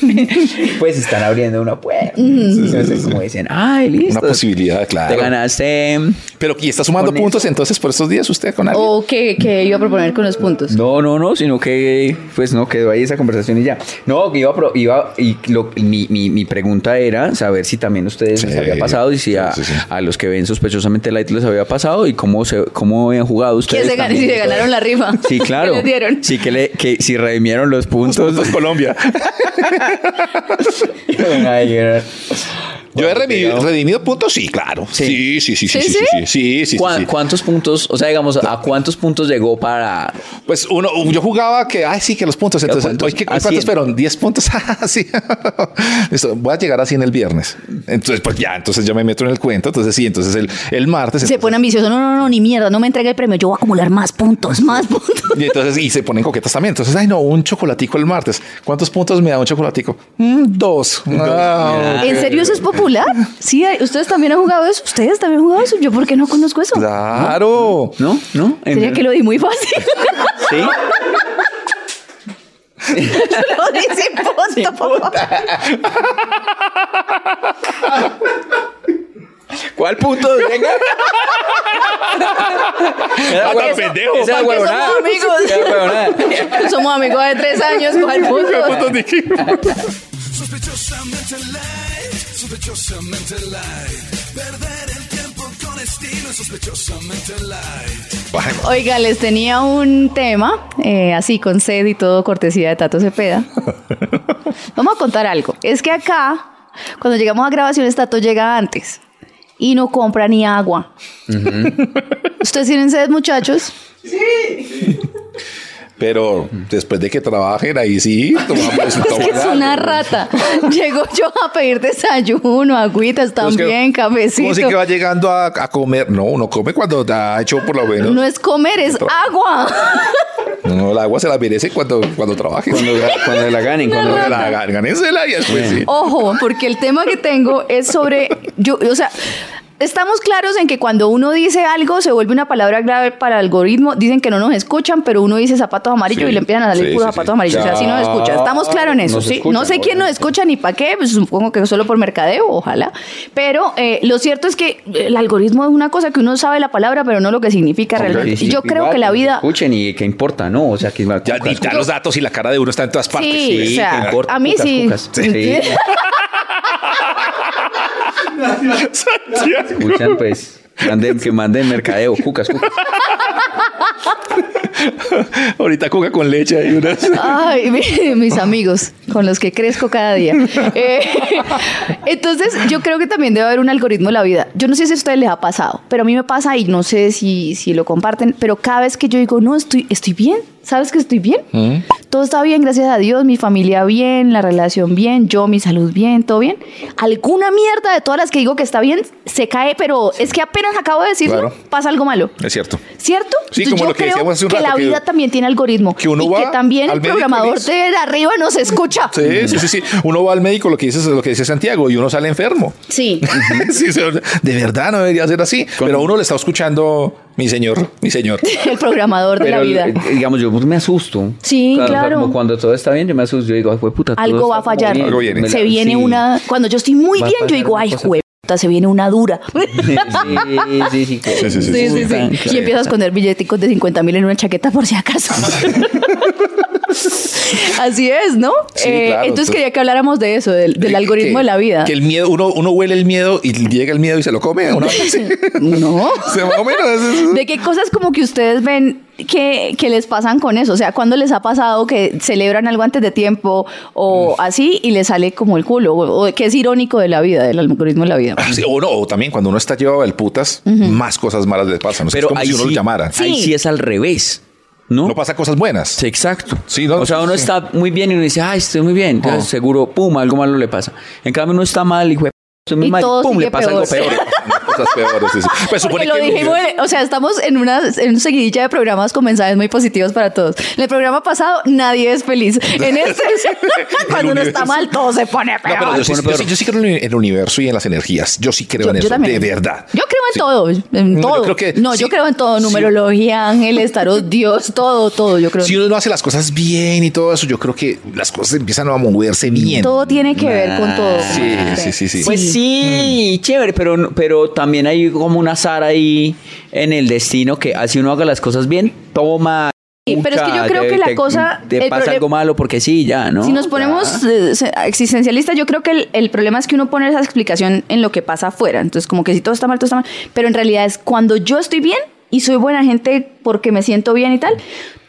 S3: pues están abriendo una puerta. entonces, como dicen, ay, listo.
S1: Una posibilidad, claro.
S3: Te ganaste.
S1: Pero y está sumando
S3: Con
S1: puntos entonces por estos días usted con alguien.
S2: ¿O qué, qué iba a proponer con los puntos?
S3: No, no, no, sino que pues no quedó ahí esa conversación y ya. No, que iba, a pro- iba y lo- mi, mi, mi pregunta era saber si también a ustedes les
S1: Sí,
S3: había pasado y si a,
S1: sí, sí.
S3: a los que ven sospechosamente light les había pasado y cómo se cómo habían jugado
S2: ¿Quién
S3: ustedes.
S2: se ganó?
S3: también.
S2: Si se ganaron la rifa.
S3: Sí, claro.
S2: ¿Qué les dieron?
S3: Sí que le que si redimieron los puntos.
S1: Puntos Colombia.
S3: Ay, era-
S1: Yo he redimido, redimido puntos, sí, claro. Sí, sí, sí, sí, sí, sí, sí, sí, sí, sí,
S3: ¿Cuá-
S1: sí.
S3: ¿Cuántos puntos, o sea, digamos, a cuántos puntos llegó para
S1: Pues uno, yo jugaba que, ay, sí, que los puntos. Entonces,
S3: ¿Cuántos?
S1: hoy, ¿qué,
S3: A
S1: ¿cuántos
S3: cien.
S1: fueron? 10 puntos. Ah, sí. Listo, voy a llegar a 100 el viernes. Entonces, pues ya, entonces yo me meto en el cuento. Entonces, sí, entonces el, el martes.
S2: Se pone ambicioso. No, no, no, ni mierda. No me entregue el premio. Yo voy a acumular más puntos, más puntos.
S1: Y entonces, y se ponen coquetas también. Entonces, ay, no, un chocolatico el martes. ¿Cuántos puntos me da un chocolatico? Mm, dos. Ah,
S2: ¿En serio eso es popular? Sí, hay- ustedes también han jugado eso. Ustedes también han jugado eso. Yo, ¿por qué no conozco eso?
S1: Claro.
S3: ¿No? ¿No? En-
S2: Sería que lo di muy fácil.
S3: Sí.
S2: lo di sin punto.
S3: ¿Cuál punto? Venga. Esa
S1: Ah, tan
S3: huevo-
S1: pendejo.
S3: Esa
S2: ¿Para qué
S3: huevonada.
S2: somos amigos?
S3: Esa huevonada.
S2: Somos amigos de tres años. ¿Cuál punto?
S4: Sospechosamente light, sospechosamente light. Perder el tiempo con estilo, es sospechosamente light.
S2: Oiga, les tenía un tema, eh, así con sed y todo, cortesía de Tato Cepeda. Vamos a contar algo. Es que acá, cuando llegamos a grabaciones, Tato llega antes y no compra ni agua. ¿Ustedes tienen sed, muchachos?
S1: Pero después de que trabajen ahí sí, tomamos
S2: Es que es una rata. Llego yo a pedir desayuno, agüitas también,
S1: cabecito. ¿Cómo
S2: cafecito.
S1: sí que va llegando a, a comer? No, uno come cuando ha hecho por lo menos.
S2: No es comer, es agua.
S1: No, no, el agua se la merece cuando, cuando trabaje.
S3: Cuando, cuando la ganen, cuando
S1: Cuando la hagan, gánensela y después sí.
S2: Ojo, porque el tema que tengo es sobre. Yo, o sea. Estamos claros en que cuando uno dice algo se vuelve una palabra grave para el algoritmo. Dicen que no nos escuchan, pero uno dice zapatos amarillos
S1: Sí,
S2: y le empiezan a salir
S1: sí,
S2: puros
S1: sí,
S2: zapatos
S1: sí.
S2: amarillos. O sea, así nos escucha. Estamos claros en eso.
S3: Nos
S2: ¿sí? no
S3: escuchan,
S2: sé quién nos
S3: obviamente.
S2: escucha ni para qué, pues, supongo que solo por mercadeo, ojalá. Pero eh, lo cierto es que el algoritmo es una cosa que uno sabe la palabra, pero no lo que significa realmente.
S3: Sí,
S2: y yo
S3: sí,
S2: creo
S3: igual,
S2: que la vida.
S3: Escuchen y qué importa, ¿no? O sea, que igual-
S1: Ya,
S3: cucas,
S1: y ya los datos y la cara de uno está en todas partes.
S2: Sí, o sea,
S3: importa,
S2: a mí
S3: cucas,
S2: sí.
S3: cucas. Sí. escuchan, pues. manden- que manden mercadeo, cucas, cucas.
S1: Ahorita cuca con leche hay unas.
S2: Ay, mi- mis amigos, con los que crezco cada día. Eh, entonces, yo creo que también debe haber un algoritmo en la vida. Yo no sé si a ustedes les ha pasado, pero a mí me pasa y no sé si, si lo comparten, pero cada vez que yo digo, no, estoy, estoy bien, ¿sabes que estoy bien? Todo está bien, gracias a Dios, mi familia bien, la relación bien, yo, mi salud bien, todo bien. Alguna mierda de todas las que digo que está bien se cae, pero es que apenas acabo de decirlo,
S1: Claro.
S2: pasa algo malo.
S1: Es cierto.
S2: ¿Cierto?
S1: Sí,
S2: Entonces,
S1: como
S2: yo
S1: lo que
S2: creo
S1: decíamos hace un
S2: que
S1: rato,
S2: la
S1: que-
S2: vida también tiene algoritmo.
S1: que uno
S2: y
S1: va
S2: que también
S1: al
S2: el
S1: médico y
S2: programador
S1: dice-
S2: de arriba nos escucha.
S1: Sí, sí, sí, sí. Uno va al médico, lo que dice es lo que dice Santiago, y uno sale enfermo.
S2: Sí.
S1: Sí, se- de verdad no debería ser así. Pero uno le está escuchando, mi señor, mi señor.
S2: El programador de la
S3: Pero,
S2: vida.
S3: eh, digamos, yo me asusto.
S2: Sí,
S3: o sea,
S2: claro.
S3: como cuando todo está bien, yo me asusto. Yo digo, ay, fue puta. todo
S2: Algo
S3: está
S2: va a
S3: como
S2: fallar.
S3: bien".
S1: Algo viene.
S3: Me la-
S2: Se viene
S3: sí.
S2: una. Cuando yo estoy muy
S3: Va a
S2: bien, yo
S3: pasar
S2: digo,
S3: una
S2: ay,
S3: cosa".
S2: jueputa, se viene una dura.
S3: Sí, sí, sí.
S1: Sí, sí, sí,
S2: Sí, sí,
S3: puta,
S2: sí.
S3: claro.
S2: Y empiezo a esconder billeticos de 50 mil en una chaqueta por si acaso. Así es, ¿no?
S1: Sí,
S2: Eh,
S1: claro,
S2: entonces
S1: tú-
S2: quería que habláramos de eso, del, del
S1: Que-
S2: algoritmo de la vida.
S1: Que el miedo, uno, uno huele el miedo y llega el miedo y se lo come. Una vez. Sí,
S2: No.
S1: más o menos. es- es-
S2: ¿De qué cosas como que ustedes ven que, que les pasan con eso? O sea, ¿cuándo les ha pasado que celebran algo antes de tiempo o así y les sale como el culo? O, o que es irónico de la vida, del algoritmo de la vida.
S1: Ah, Sí, o no, o también cuando uno está llevado al putas, más cosas malas le pasan. O sea, es
S3: Pero
S1: como
S3: ahí
S1: si uno lo
S3: sí-
S1: llamara.
S3: Ahí sí es al revés, ¿no?
S1: No pasa cosas buenas.
S3: Sí, exacto.
S1: Sí, no,
S3: o sea, uno
S1: sí.
S3: está muy bien y uno dice, ay, estoy muy bien. Entonces, seguro, pum, algo malo le pasa. En cambio, uno está mal y, "Jue- estoy muy
S2: Y
S3: mal,
S2: todo
S3: pum,
S2: sigue
S3: le pasa algo
S2: peor.
S3: peor.
S1: Cosas peores. sí, sí. Pues
S2: Porque
S1: supone
S2: lo
S1: que-
S2: dijimos, en- o sea, estamos en una, en una seguidilla de programas con mensajes muy positivos para todos. En el programa pasado nadie es feliz. En este, cuando uno está mal, todo se pone
S1: No,
S2: peor.
S1: pero yo, sí,
S3: Bueno,
S1: yo
S3: pero-
S1: sí- yo sí creo en el universo y en las energías. Yo sí creo en eso, de verdad.
S2: Yo creo en
S1: Sí.
S2: todo, en
S1: No, yo
S2: todo. No, yo
S1: creo que
S2: creo,
S1: sí.
S2: en todo,
S1: Sí.
S2: numerología, ángeles, tarot, Dios, todo, todo, yo creo. en
S1: Si uno no hace las cosas bien y todo eso, yo creo que las cosas empiezan a moverse bien.
S2: Todo tiene que ver con todo.
S1: Sí, sí, sí, sí.
S3: Pues
S1: Mm.
S3: sí, chévere, pero, no- pero también hay como un azar ahí en el destino que así uno haga las cosas bien, toma.
S2: Sí, pero es que yo creo
S3: te-
S2: que la
S3: te-
S2: cosa-
S3: Te
S2: el
S3: pasa
S2: problema-
S3: algo malo porque sí, ya, ¿no?
S2: Si nos
S3: Ya.
S2: ponemos eh, se- existencialistas, yo creo que el, el problema es que uno pone esa explicación en lo que pasa afuera. Entonces, como que si todo está mal, todo está mal. Pero en realidad es cuando yo estoy bien y soy buena gente porque me siento bien y tal,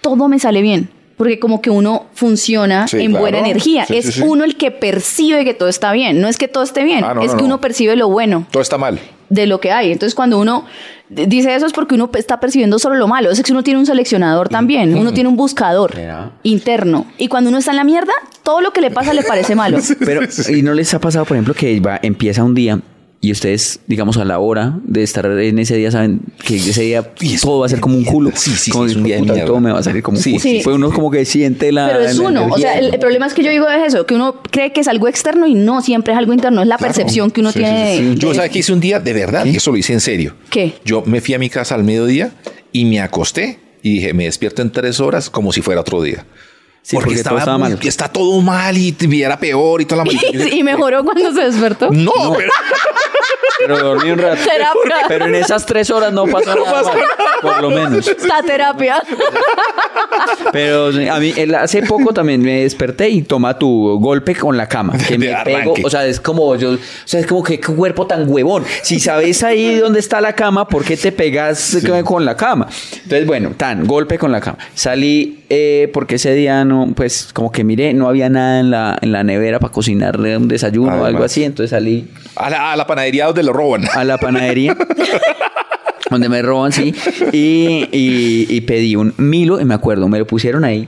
S2: todo me sale bien. Porque como que uno funciona
S1: Sí,
S2: en
S1: claro.
S2: buena energía.
S1: Sí,
S2: es
S1: sí, sí.
S2: uno el que percibe que todo está bien. No es que todo esté bien,
S1: Ah, no,
S2: es
S1: no,
S2: que
S1: no.
S2: uno percibe lo bueno
S1: Todo está mal.
S2: de lo que hay. Entonces, cuando uno d- dice eso es porque uno está percibiendo solo lo malo. Es que uno tiene un
S1: Mm.
S2: seleccionador también, uno tiene un buscador
S3: Mira.
S2: interno. Y cuando uno está en la mierda, todo lo que le pasa le parece malo.
S3: Pero, ¿y no les ha pasado, por ejemplo, que va, empieza un día y ustedes, digamos, a la hora de estar en ese día, saben que ese día
S1: Y es
S3: todo va a ser como un culo?
S1: Sí, sí,
S3: Como
S1: sí, es un
S3: día de
S1: puta
S3: mierda. todo me va a salir como un
S1: Sí,
S3: culo.
S2: sí,
S3: Pues
S2: sí,
S3: uno como que siente la.
S2: Pero es
S1: Ah,
S3: la
S2: uno. O
S3: energía
S2: sea, el,
S3: como-
S2: el problema es que yo digo es eso, que uno cree que es algo externo y no siempre es algo interno. Es la percepción que uno
S1: Sí,
S2: tiene.
S1: sí, sí, sí.
S2: de-
S1: Yo sabía que hice un día de verdad, y eso lo hice en serio.
S2: ¿Qué?
S1: Yo me fui a mi casa al mediodía y me acosté y dije, me despierto en tres horas como si fuera otro día.
S3: Sí, porque todo estaba
S1: muy-
S3: mal.
S1: Está todo mal y, y era peor y toda la maldita. Yo dije,
S2: y, y mejoró cuando se despertó.
S1: No, pero
S3: Pero dormí un rato.
S2: Terapia.
S3: Pero en esas tres horas no pasó nada. malo, Por lo menos.
S2: Está terapia.
S3: Pero a mí el- hace poco también me desperté y toma tu golpe con la cama. Que
S1: De
S3: me
S1: arranque.
S3: pego, o sea, es como yo, o sea, es como que qué cuerpo tan huevón. Si sabes ahí dónde está la cama, ¿por qué te pegas con la cama? Entonces, bueno, tan, golpe con la cama. Salí eh, porque ese día no, pues como que miré, no había nada en la, en la nevera para cocinarle un desayuno o
S1: Además.
S3: algo así. Entonces salí Ah,
S1: a la, a la panadería donde lo roban.
S3: a la panadería. Donde me roban, sí. Y, y- y pedí un Milo, y me acuerdo, me lo pusieron ahí.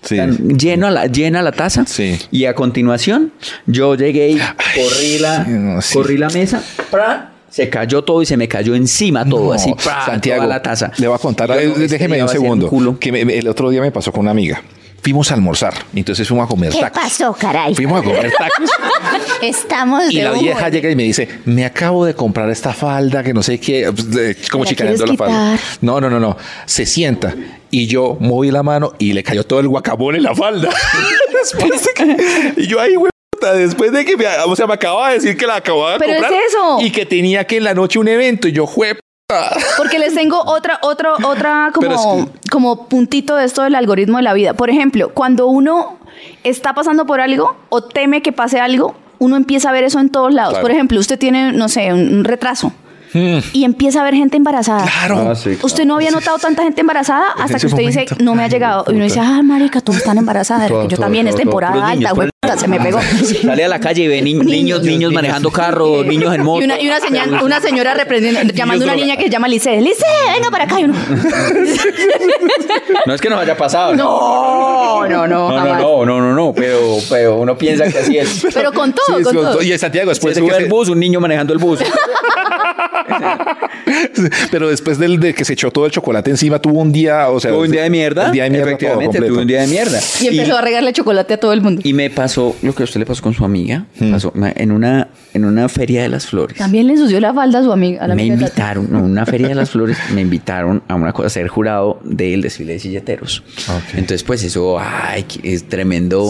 S1: Sí.
S3: tan lleno a la, llena la taza.
S1: Sí.
S3: Y a continuación, yo llegué y corrí la,
S1: sí, no, sí.
S3: corrí la mesa. ¡pra! Se cayó todo y se me cayó encima todo,
S1: No,
S3: así. ¡pra!
S1: Santiago,
S3: toda la taza.
S1: Le voy a contar,
S3: Yo no,
S1: eh,
S3: este
S1: déjeme
S3: día
S1: un
S3: va a ser
S1: segundo.
S3: culo.
S1: que me- me- el otro día me pasó con una amiga. Fuimos a almorzar, entonces fuimos a comer
S6: ¿Qué
S1: tacos.
S6: pasó, caray?
S1: Fuimos a comer tacos
S6: Estamos
S1: y
S6: de
S1: la
S6: humor.
S1: vieja llega y me dice, me acabo de comprar esta falda que no sé qué, pues, de- como
S6: ¿La
S1: chicaneando la
S6: quieres
S1: falda.
S6: quitar?
S1: No, no, no, no. Se sienta y yo moví la mano y le cayó todo el guacamole en la falda. Después de que- y yo ahí, güey. puta, Después de que me, o sea, me acababa de decir que la acababa de
S2: Pero es
S1: comprar
S2: eso.
S1: y que tenía que en la noche un evento y yo fue
S2: Porque les tengo otra, otra, otra como,
S1: Pero es
S2: como puntito de esto del algoritmo de la vida. Por ejemplo, cuando uno está pasando por algo o teme que pase algo, uno empieza a ver eso en todos lados.
S1: Claro.
S2: Por ejemplo, usted tiene, no sé, un, un retraso y empieza a ver gente embarazada.
S1: claro.
S3: Hmm. Ah, sí, claro.
S2: Usted no había notado tanta gente embarazada
S1: En
S2: hasta
S1: ese
S2: que usted dice,
S1: momento.
S2: no me ha
S1: Ay,
S2: llegado. Y
S1: puta.
S2: uno dice, ah, marica, todos están embarazadas.
S3: Todo,
S2: Yo
S3: todo,
S2: también, es
S3: todo, todo.
S2: temporada
S3: Puros niños,
S2: alta, güey,
S3: puros-
S2: puta, se me pegó.
S3: Sale a la calle y ven ni- niños, niños manejando carros, niños en moto.
S2: Y una, y una, señal- una señora reprendiendo, llamando a una niña que se llama Lice. Lice, venga para acá. Y uno,
S3: No es que nos haya pasado.
S2: No, no, no,
S3: No,
S2: jamás.
S3: no, no, no, no, no, pero, pero uno piensa que así es.
S2: Pero con todo,
S1: Sí,
S2: con
S1: con-
S2: todo.
S1: Y en Santiago
S3: Se
S1: después de
S3: sube
S1: Pues que
S3: al
S1: se-
S3: bus, un niño manejando el bus.
S1: Pero después del de que se echó todo el chocolate encima, tuvo un día, o sea,
S3: Tuve un día de mierda.
S1: Un día de mierda, todo
S3: Efectivamente,
S1: completo.
S3: tuve un día de mierda.
S2: Y empezó a regarle chocolate a todo el mundo.
S3: Y me pasó lo que a usted le pasó con su amiga.
S1: Hmm.
S3: Pasó ma- en una, en una feria de las flores.
S2: También le ensució la falda a su amiga. A la
S3: me
S2: amiga de la-
S3: invitaron, no, una feria de las flores, me invitaron a una cosa, a ser jurado del desfile de silleteros. Entonces, pues eso, ay, que es tremendo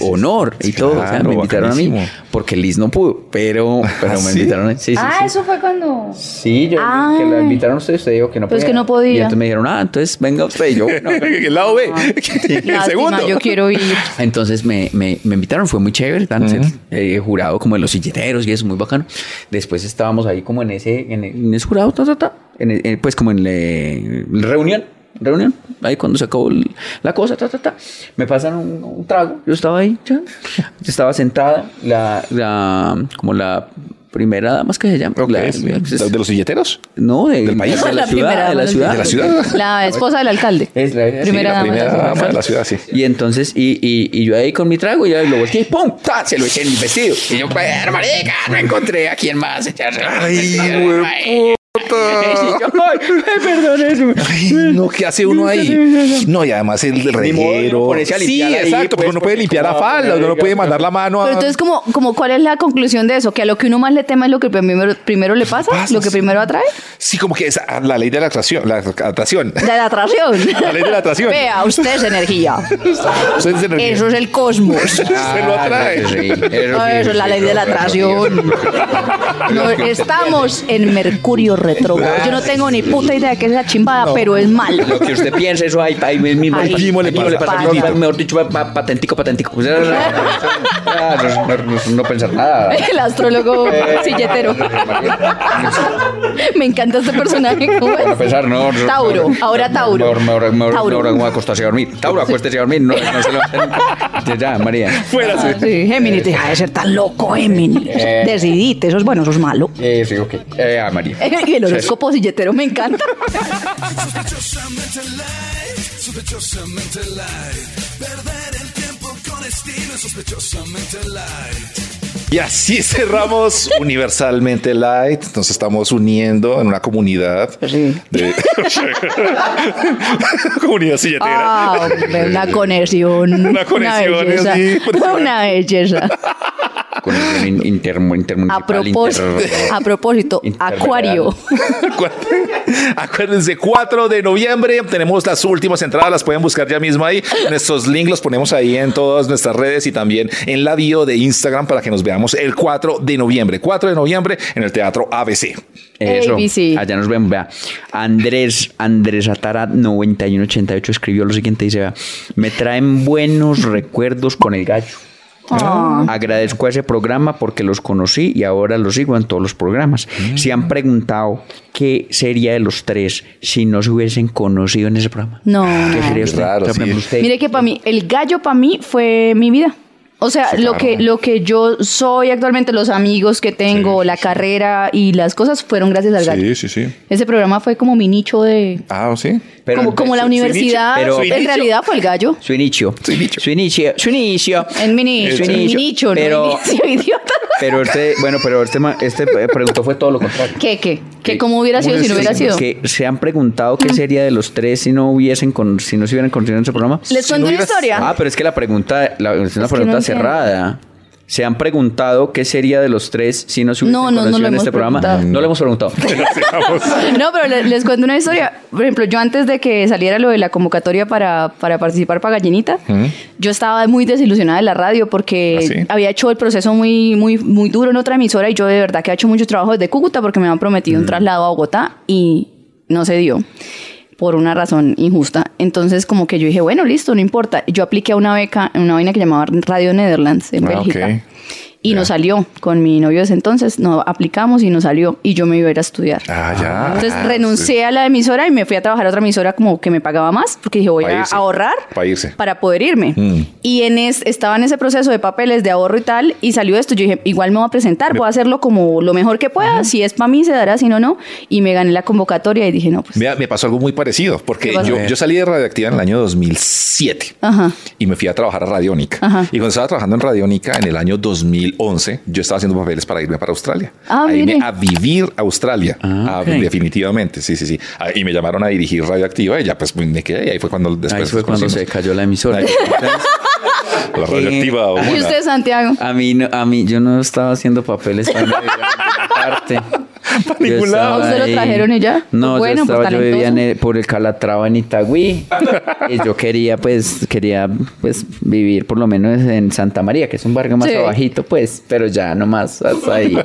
S3: honor y todo. O sea,
S1: claro,
S3: me invitaron a mí
S1: bacanísimo.
S3: porque Liz no pudo, pero, pero
S1: ¿Ah,
S3: me
S1: sí?
S3: invitaron. a- Sí, sí,
S2: Ah,
S3: sí.
S2: eso fue cuando.
S3: Sí, yo
S2: Ah.
S3: que la invitaron a usted, usted dijo que no podía.
S2: Pero es Pues que no podía.
S3: Y entonces me dijeron, ah, entonces venga usted y yo. no.
S1: el lado B.
S3: Ah,
S1: el
S2: Lástima,
S1: segundo.
S2: yo quiero ir.
S3: Entonces me, me- me invitaron, fue muy chévere, tan eh, jurado como de los silleteros y eso, muy bacano. Después estábamos ahí como en ese, en, en ese jurado, ta, ta, ta, en e- en- pues como en la reunión, reunión, ahí cuando se acabó el- la cosa, ta, ta, ta. me pasan un, un trago, yo estaba ahí, chan. yo estaba sentada, la, la- como la primera dama, ¿es que se llama?
S1: Ok.
S3: La-
S1: ¿De los silleteros?
S3: no, de,
S1: ¿Del país?
S3: de la,
S2: La
S3: ciudad,
S2: primera
S3: de la
S2: dama.
S3: ciudad.
S1: ¿De la ciudad?
S2: La esposa del alcalde.
S3: Es la- sí,
S2: primera
S3: la
S2: dama.
S1: Primera
S2: de la
S1: dama de la ciudad, sí.
S3: Y entonces, y, y, y yo ahí con mi trago, y ahí lo volteé y ¡pum! ¡Ta! Se lo eché en mi vestido. Y yo, pero marica, no encontré a quién más echarse. Ay, güey. Perdón, eso.
S1: Ay, no, ¿qué hace uno ahí? No, y además el
S3: modo de uno
S1: reguero.
S3: ponerse a
S1: Sí,
S3: limpiar ahí,
S1: exacto, porque
S3: pues,
S1: uno puede
S3: porque
S1: limpiar la
S3: como-
S1: falda, uno no puede mandar la mano a.
S2: Pero entonces, como, como, ¿cuál es la conclusión de eso? ¿Que a lo que uno más le tema es lo que primero, primero le pasa?
S1: pasa,
S2: ¿Lo que
S1: sí.
S2: primero atrae?
S1: Sí, como que es ah, la ley de la atracción. La atracción.
S2: De la atracción.
S1: La ley de la atracción.
S2: Vea, usted es energía.
S1: Usted se ríe.
S2: Eso es el cosmos.
S1: Se lo atrae.
S2: No, eso es la ley de la atracción. No, estamos en Mercurio retrógrado. Yo no tengo ni puta idea de qué es la chimbada, pero es malo.
S3: Lo que usted piensa, eso ahí, ahí mismo.
S2: Ahí
S1: mismo le pasa.
S3: No, Mejor dicho, pa- pa- patentico, patentico. Pues, ah, no, no, no, no pensar nada.
S2: El astrólogo
S3: Eh.
S2: silletero. Me encanta este personaje. ¿Cómo es?
S3: Para pensar, no. no, no,
S2: Tauro,
S3: no,
S2: ahora
S3: no,
S2: Tauro.
S3: Mejor, mejor, mejor,
S2: Tauro.
S3: mejor me voy a acostarse a dormir. Tauro, acuéstese a dormir. No, no se lo Ya, ya, María.
S2: Ah, sí, Géminis, deja de ser tan loco, Géminis. Decidite, eso es bueno, eso es malo.
S3: Eh, sí, ok. Eh, ah, María.
S2: Y el horóscopo silletero me encanta.
S1: Y así cerramos Universalmente Light. Nos estamos uniendo en una comunidad.
S2: Sí.
S1: de- comunidad silletera.
S2: Ah, hombre, una conexión.
S1: Una conexión,
S2: belleza.
S1: así, impresionante.
S2: Una belleza.
S3: Con el in- intermu- intermunicipal,
S2: A propósito,
S3: inter-
S2: a propósito,
S3: Intermedial.
S2: Acuario.
S1: Acuérdense- Acuérdense, 4 de noviembre tenemos las últimas entradas, las pueden buscar ya mismo ahí. Nuestros links los ponemos ahí en todas nuestras redes y también en la bio de Instagram para que nos veamos el 4 de noviembre. 4 de noviembre en el Teatro ABC.
S3: Eso.
S2: ABC.
S3: Allá nos vemos. Vea. Andrés, Andrés Atara 9188 escribió lo siguiente: dice, vea, me traen buenos recuerdos con el gallo. Ah. Agradezco a ese programa porque los conocí y ahora los sigo en todos los programas. Se han preguntado qué sería de los tres si no se hubiesen conocido en ese programa.
S2: No.
S3: ¿Qué sería usted?
S1: raro,
S3: Por ejemplo,
S1: sí.
S3: usted-
S2: Mire que para mí, el gallo para mí fue mi vida. O sea,
S1: Sí,
S2: lo,
S1: claro.
S2: que, lo que yo soy actualmente, los amigos que tengo,
S1: Sí,
S2: la
S1: sí, sí.
S2: carrera y las cosas fueron gracias al gallo.
S1: Sí, sí, sí.
S2: Ese programa fue como mi nicho de...
S1: Ah, sí.
S2: como, como la
S3: su- su inicio-
S2: universidad,
S3: pero-
S2: en realidad fue el gallo.
S3: Su inicio. Su inicio. Su inicio. Su inicio.
S2: En mi nicho, en mi nicho,
S3: Pero,
S2: no inicio, idiota.
S3: pero este, bueno, pero este, ma- este eh, preguntó fue todo lo contrario.
S2: ¿Qué, qué? ¿Qué,
S3: Que-
S2: cómo hubiera sido si no hubiera
S3: Eh, que-
S2: sido?
S3: Que se han preguntado qué sería de los tres si no hubiesen, con, si no se hubieran continuado en su programa.
S2: Les cuento una historia.
S3: Ah, pero es que la pregunta la- es una
S2: Es
S3: pregunta
S2: que no entiendo.
S3: cerrada. Se han preguntado qué sería de los tres si no se hubiesen
S2: No, no, no
S3: conocido
S2: lo
S3: en
S2: hemos
S3: este programa.
S2: preguntado.
S3: No lo hemos preguntado.
S2: No, pero le- les, cuento una historia. Por ejemplo, yo antes de que saliera lo de la convocatoria para, para participar para Gallinita, yo estaba muy desilusionada de la radio porque
S1: ¿Ah, sí?
S2: había hecho el proceso muy, muy, muy duro en otra emisora y yo de verdad que he hecho muchos trabajos de Cúcuta porque me han prometido un traslado a Bogotá y no se dio por una razón injusta. Entonces como que yo dije, bueno, listo, no importa. Yo apliqué a una beca, en una vaina que llamaba Radio Netherlands en
S1: Ah,
S2: Bélgica.
S1: ok.
S2: Y
S1: Ya.
S2: no salió con mi novio de ese entonces, no aplicamos y no salió y yo me iba a ir a estudiar.
S1: Ah, ya.
S2: Entonces
S1: Ah,
S2: renuncié a la emisora y me fui a trabajar a otra emisora como que me pagaba más porque dije voy
S1: Pa'
S2: a
S1: irse.
S2: ahorrar
S1: Pa' irse.
S2: para poder irme.
S1: Mm.
S2: Y en es- estaba en ese proceso de papeles de ahorro y tal y salió esto. Yo dije igual me voy a presentar, voy a hacerlo como lo mejor que pueda. Si es para mí se dará, si no, no. Y me gané la convocatoria y dije no, pues
S1: Vea, me pasó algo muy parecido, porque
S2: ¿Qué pasó?
S1: yo, yo salí de Radioactiva en el año 2007
S2: Ajá.
S1: y me fui a trabajar a Radiónica.
S2: Ajá.
S1: Y cuando estaba trabajando en Radiónica en el año 2011, yo estaba haciendo papeles para irme para Australia.
S2: Ah,
S1: a irme
S2: mire.
S1: a vivir a Australia,
S3: Ah,
S1: A-
S3: ok.
S1: definitivamente. Sí, sí, sí. Ah, Y me llamaron a dirigir Radioactiva y ya pues me quedé. Y ahí fue cuando después.
S3: Ahí fue
S1: nos
S3: cuando se
S1: conocimos.
S3: cayó la emisora.
S1: La Radioactiva.
S2: y
S1: hola.
S2: usted Santiago.
S3: A mí, no- a mí, yo no estaba haciendo papeles para ninguna parte. Yo
S1: ningún lado.
S3: estaba
S2: ¿A usted lo
S3: ahí.
S2: trajeron y ya?
S3: No,
S2: Bueno,
S3: yo
S2: pues,
S3: estaba, yo vivía en
S2: talentoso.
S3: el- por el Calatrava en Itagüí. y yo quería, pues, quería, pues, vivir por lo menos en Santa María, que es un barrio más
S2: Sí.
S3: abajito, pues, pero ya nomás hasta ahí.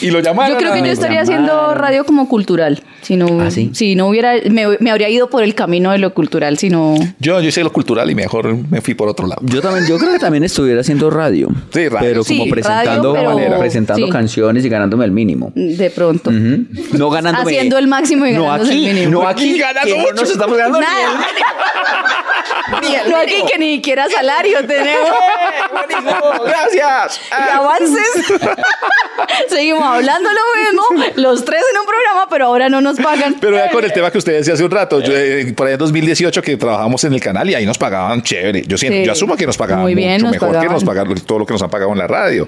S1: Y lo llamaron.
S2: Yo creo
S1: a
S2: que yo
S1: mí.
S2: estaría
S3: llamaron.
S2: haciendo radio como cultural. Si no,
S3: ¿Ah, sí?
S2: si no hubiera, me, me habría ido por el camino de lo cultural, si no.
S1: Yo, yo hice lo cultural y mejor me fui por otro lado.
S3: Yo también, yo creo que también estuviera haciendo radio.
S1: Sí, radio.
S3: Pero como
S2: Sí,
S3: presentando,
S2: radio, pero-
S3: manera, presentando
S2: sí.
S3: canciones y ganándome el mínimo.
S2: De pronto.
S3: No ganándome.
S2: Haciendo el máximo y
S3: no
S2: ganándose
S3: aquí,
S2: el mínimo.
S3: No aquí,
S1: Ganando
S3: que no
S1: mucho.
S3: nos estamos ganando ni
S2: Nada. No aquí que ni siquiera salario tenemos.
S1: Gracias.
S2: Y avances. Seguimos hablando lo mismo. Los tres en un programa, pero ahora no nos pagan.
S1: Pero ya con el tema que usted decía hace un rato, yo, eh, por ahí en 2018 que trabajamos en el canal y ahí nos pagaban chévere. Yo, siento,
S2: Sí.
S1: yo asumo que nos pagaban
S2: Muy bien,
S1: mucho
S2: nos
S1: mejor que
S2: pagaban.
S1: nos pagaron todo lo que nos han pagado en la radio.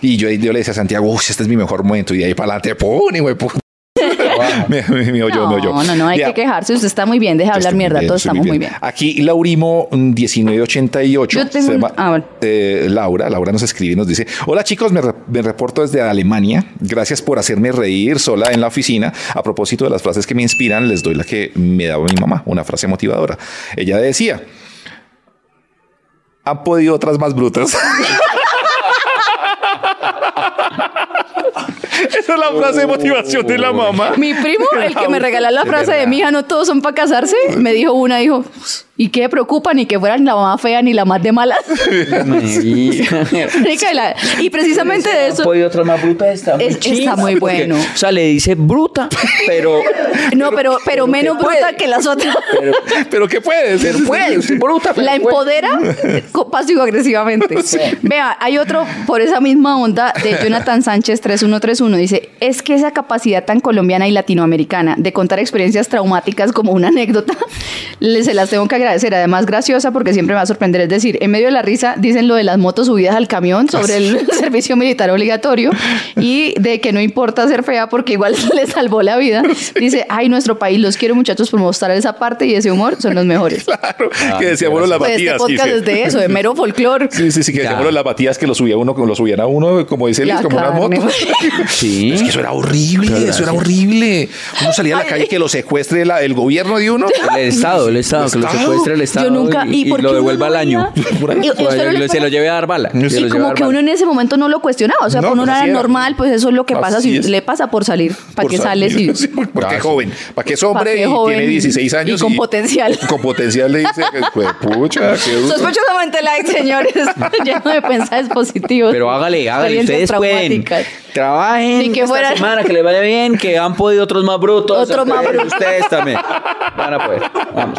S1: Y yo, yo le decía a Santiago, "Uy, este es mi mejor momento. Y de ahí para adelante, pone, güey, puta. me, me, me oyó, me oyó.
S2: no, no, no, hay
S1: Ya.
S2: que quejarse. Usted está muy bien, deja
S1: Yo
S2: hablar
S1: estoy muy
S2: mierda,
S1: Este, bien,
S2: todos
S1: estoy
S2: estamos muy bien.
S1: Aquí Laurimo mm, 1988.
S2: Yo tengo
S1: se
S2: un-
S1: llama,
S2: ah, bueno.
S1: eh, Laura, Laura nos escribe y nos dice, hola chicos, me, re- me reporto desde Alemania. Gracias por hacerme reír sola en la oficina. A propósito de las frases que me inspiran, les doy la que me daba mi mamá, una frase motivadora. Ella decía, han podido otras más brutas. Esa es la frase de motivación de la mamá.
S2: Mi primo, el que me regaló la
S1: De
S2: frase de
S1: verdad.
S2: mi hija, no todos son para casarse, me dijo una, dijo, "Pues, ¿y qué preocupa? Ni que fueran la más fea ni la más de malas. Marica, y la- y precisamente de eso.
S3: Podido otra más bruta está muy
S2: Es- está
S3: chimba,
S2: muy
S3: porque,
S2: bueno.
S3: o sea, le dice bruta, pero
S2: No, pero, pero menos
S3: que puede.
S2: bruta que las otras.
S1: Pero ¿qué puedes?
S3: pero puede, usted es bruta. pero
S2: La
S3: pues, puede.
S2: empodera co- pasivo-agresivamente. Vea, hay otro por esa misma onda de Jonathan Sánchez 3131. Dice, es que esa capacidad tan colombiana y latinoamericana de contar experiencias traumáticas como una anécdota, le- se las tengo que agradecer. Además, graciosa porque siempre me va a sorprender. Es decir, en medio de la risa dicen lo de las motos subidas al camión sobre el servicio militar obligatorio y de que no importa ser fea porque igual le salvó la vida. Dice, ay, nuestro país, los quiero muchachos por mostrar esa parte y ese humor son los mejores.
S1: Claro, que decía, bueno, las
S2: Pues este
S1: batías.
S2: podcast
S1: dice.
S2: es de eso, de mero folclore.
S1: Sí, sí, sí, que
S3: Ya.
S1: decíamos las batías que lo subía uno, lo subían a uno, como dice él,
S2: La
S1: como una
S2: carne.
S1: moto.
S3: Sí.
S1: Es que eso era horrible, eso era horrible. Uno salía a la calle que lo secuestre la- el gobierno de uno.
S3: El Estado, el Estado, que lo
S1: Estado.
S3: secuestra el Estado
S2: Yo nunca-
S3: y,
S2: ¿y
S3: y
S2: por
S3: lo
S2: qué uno
S3: devuelva al
S2: no
S3: año.
S2: iba? Y- y
S3: O
S2: usted no
S3: el-
S2: le
S3: se lo lleve a dar bala.
S1: Y
S3: se lo lleve a
S2: Y como
S3: dar
S2: que
S3: bala.
S2: uno en ese momento no lo cuestionaba, o sea,
S1: No,
S2: para uno
S1: pues
S2: era
S1: así era.
S2: normal, pues eso es lo que pasa
S1: Así
S2: si
S1: es.
S2: le pasa por salir, para
S1: Por
S2: que
S1: salir.
S2: sales y
S1: Sí, porque es joven, para que es
S2: pa'
S1: hombre
S2: qué
S1: y
S2: joven
S1: tiene 16 años.
S2: y con potencial.
S1: Con potencial le dice, que, pues, pucha, qué duro.
S2: Sospechosamente like, señores, lleno de pensajes positivos.
S3: Pero hágale, hágale, ustedes
S2: Experiencias
S3: pueden.
S2: traumáticas.
S3: Trabajen
S2: Ni que
S3: esta
S2: fuera-
S3: semana, que les vaya bien, que han podido otros más brutos.
S2: Otro más
S3: Ustedes-
S2: bruto.
S3: Ustedes también. Van a poder. Vamos.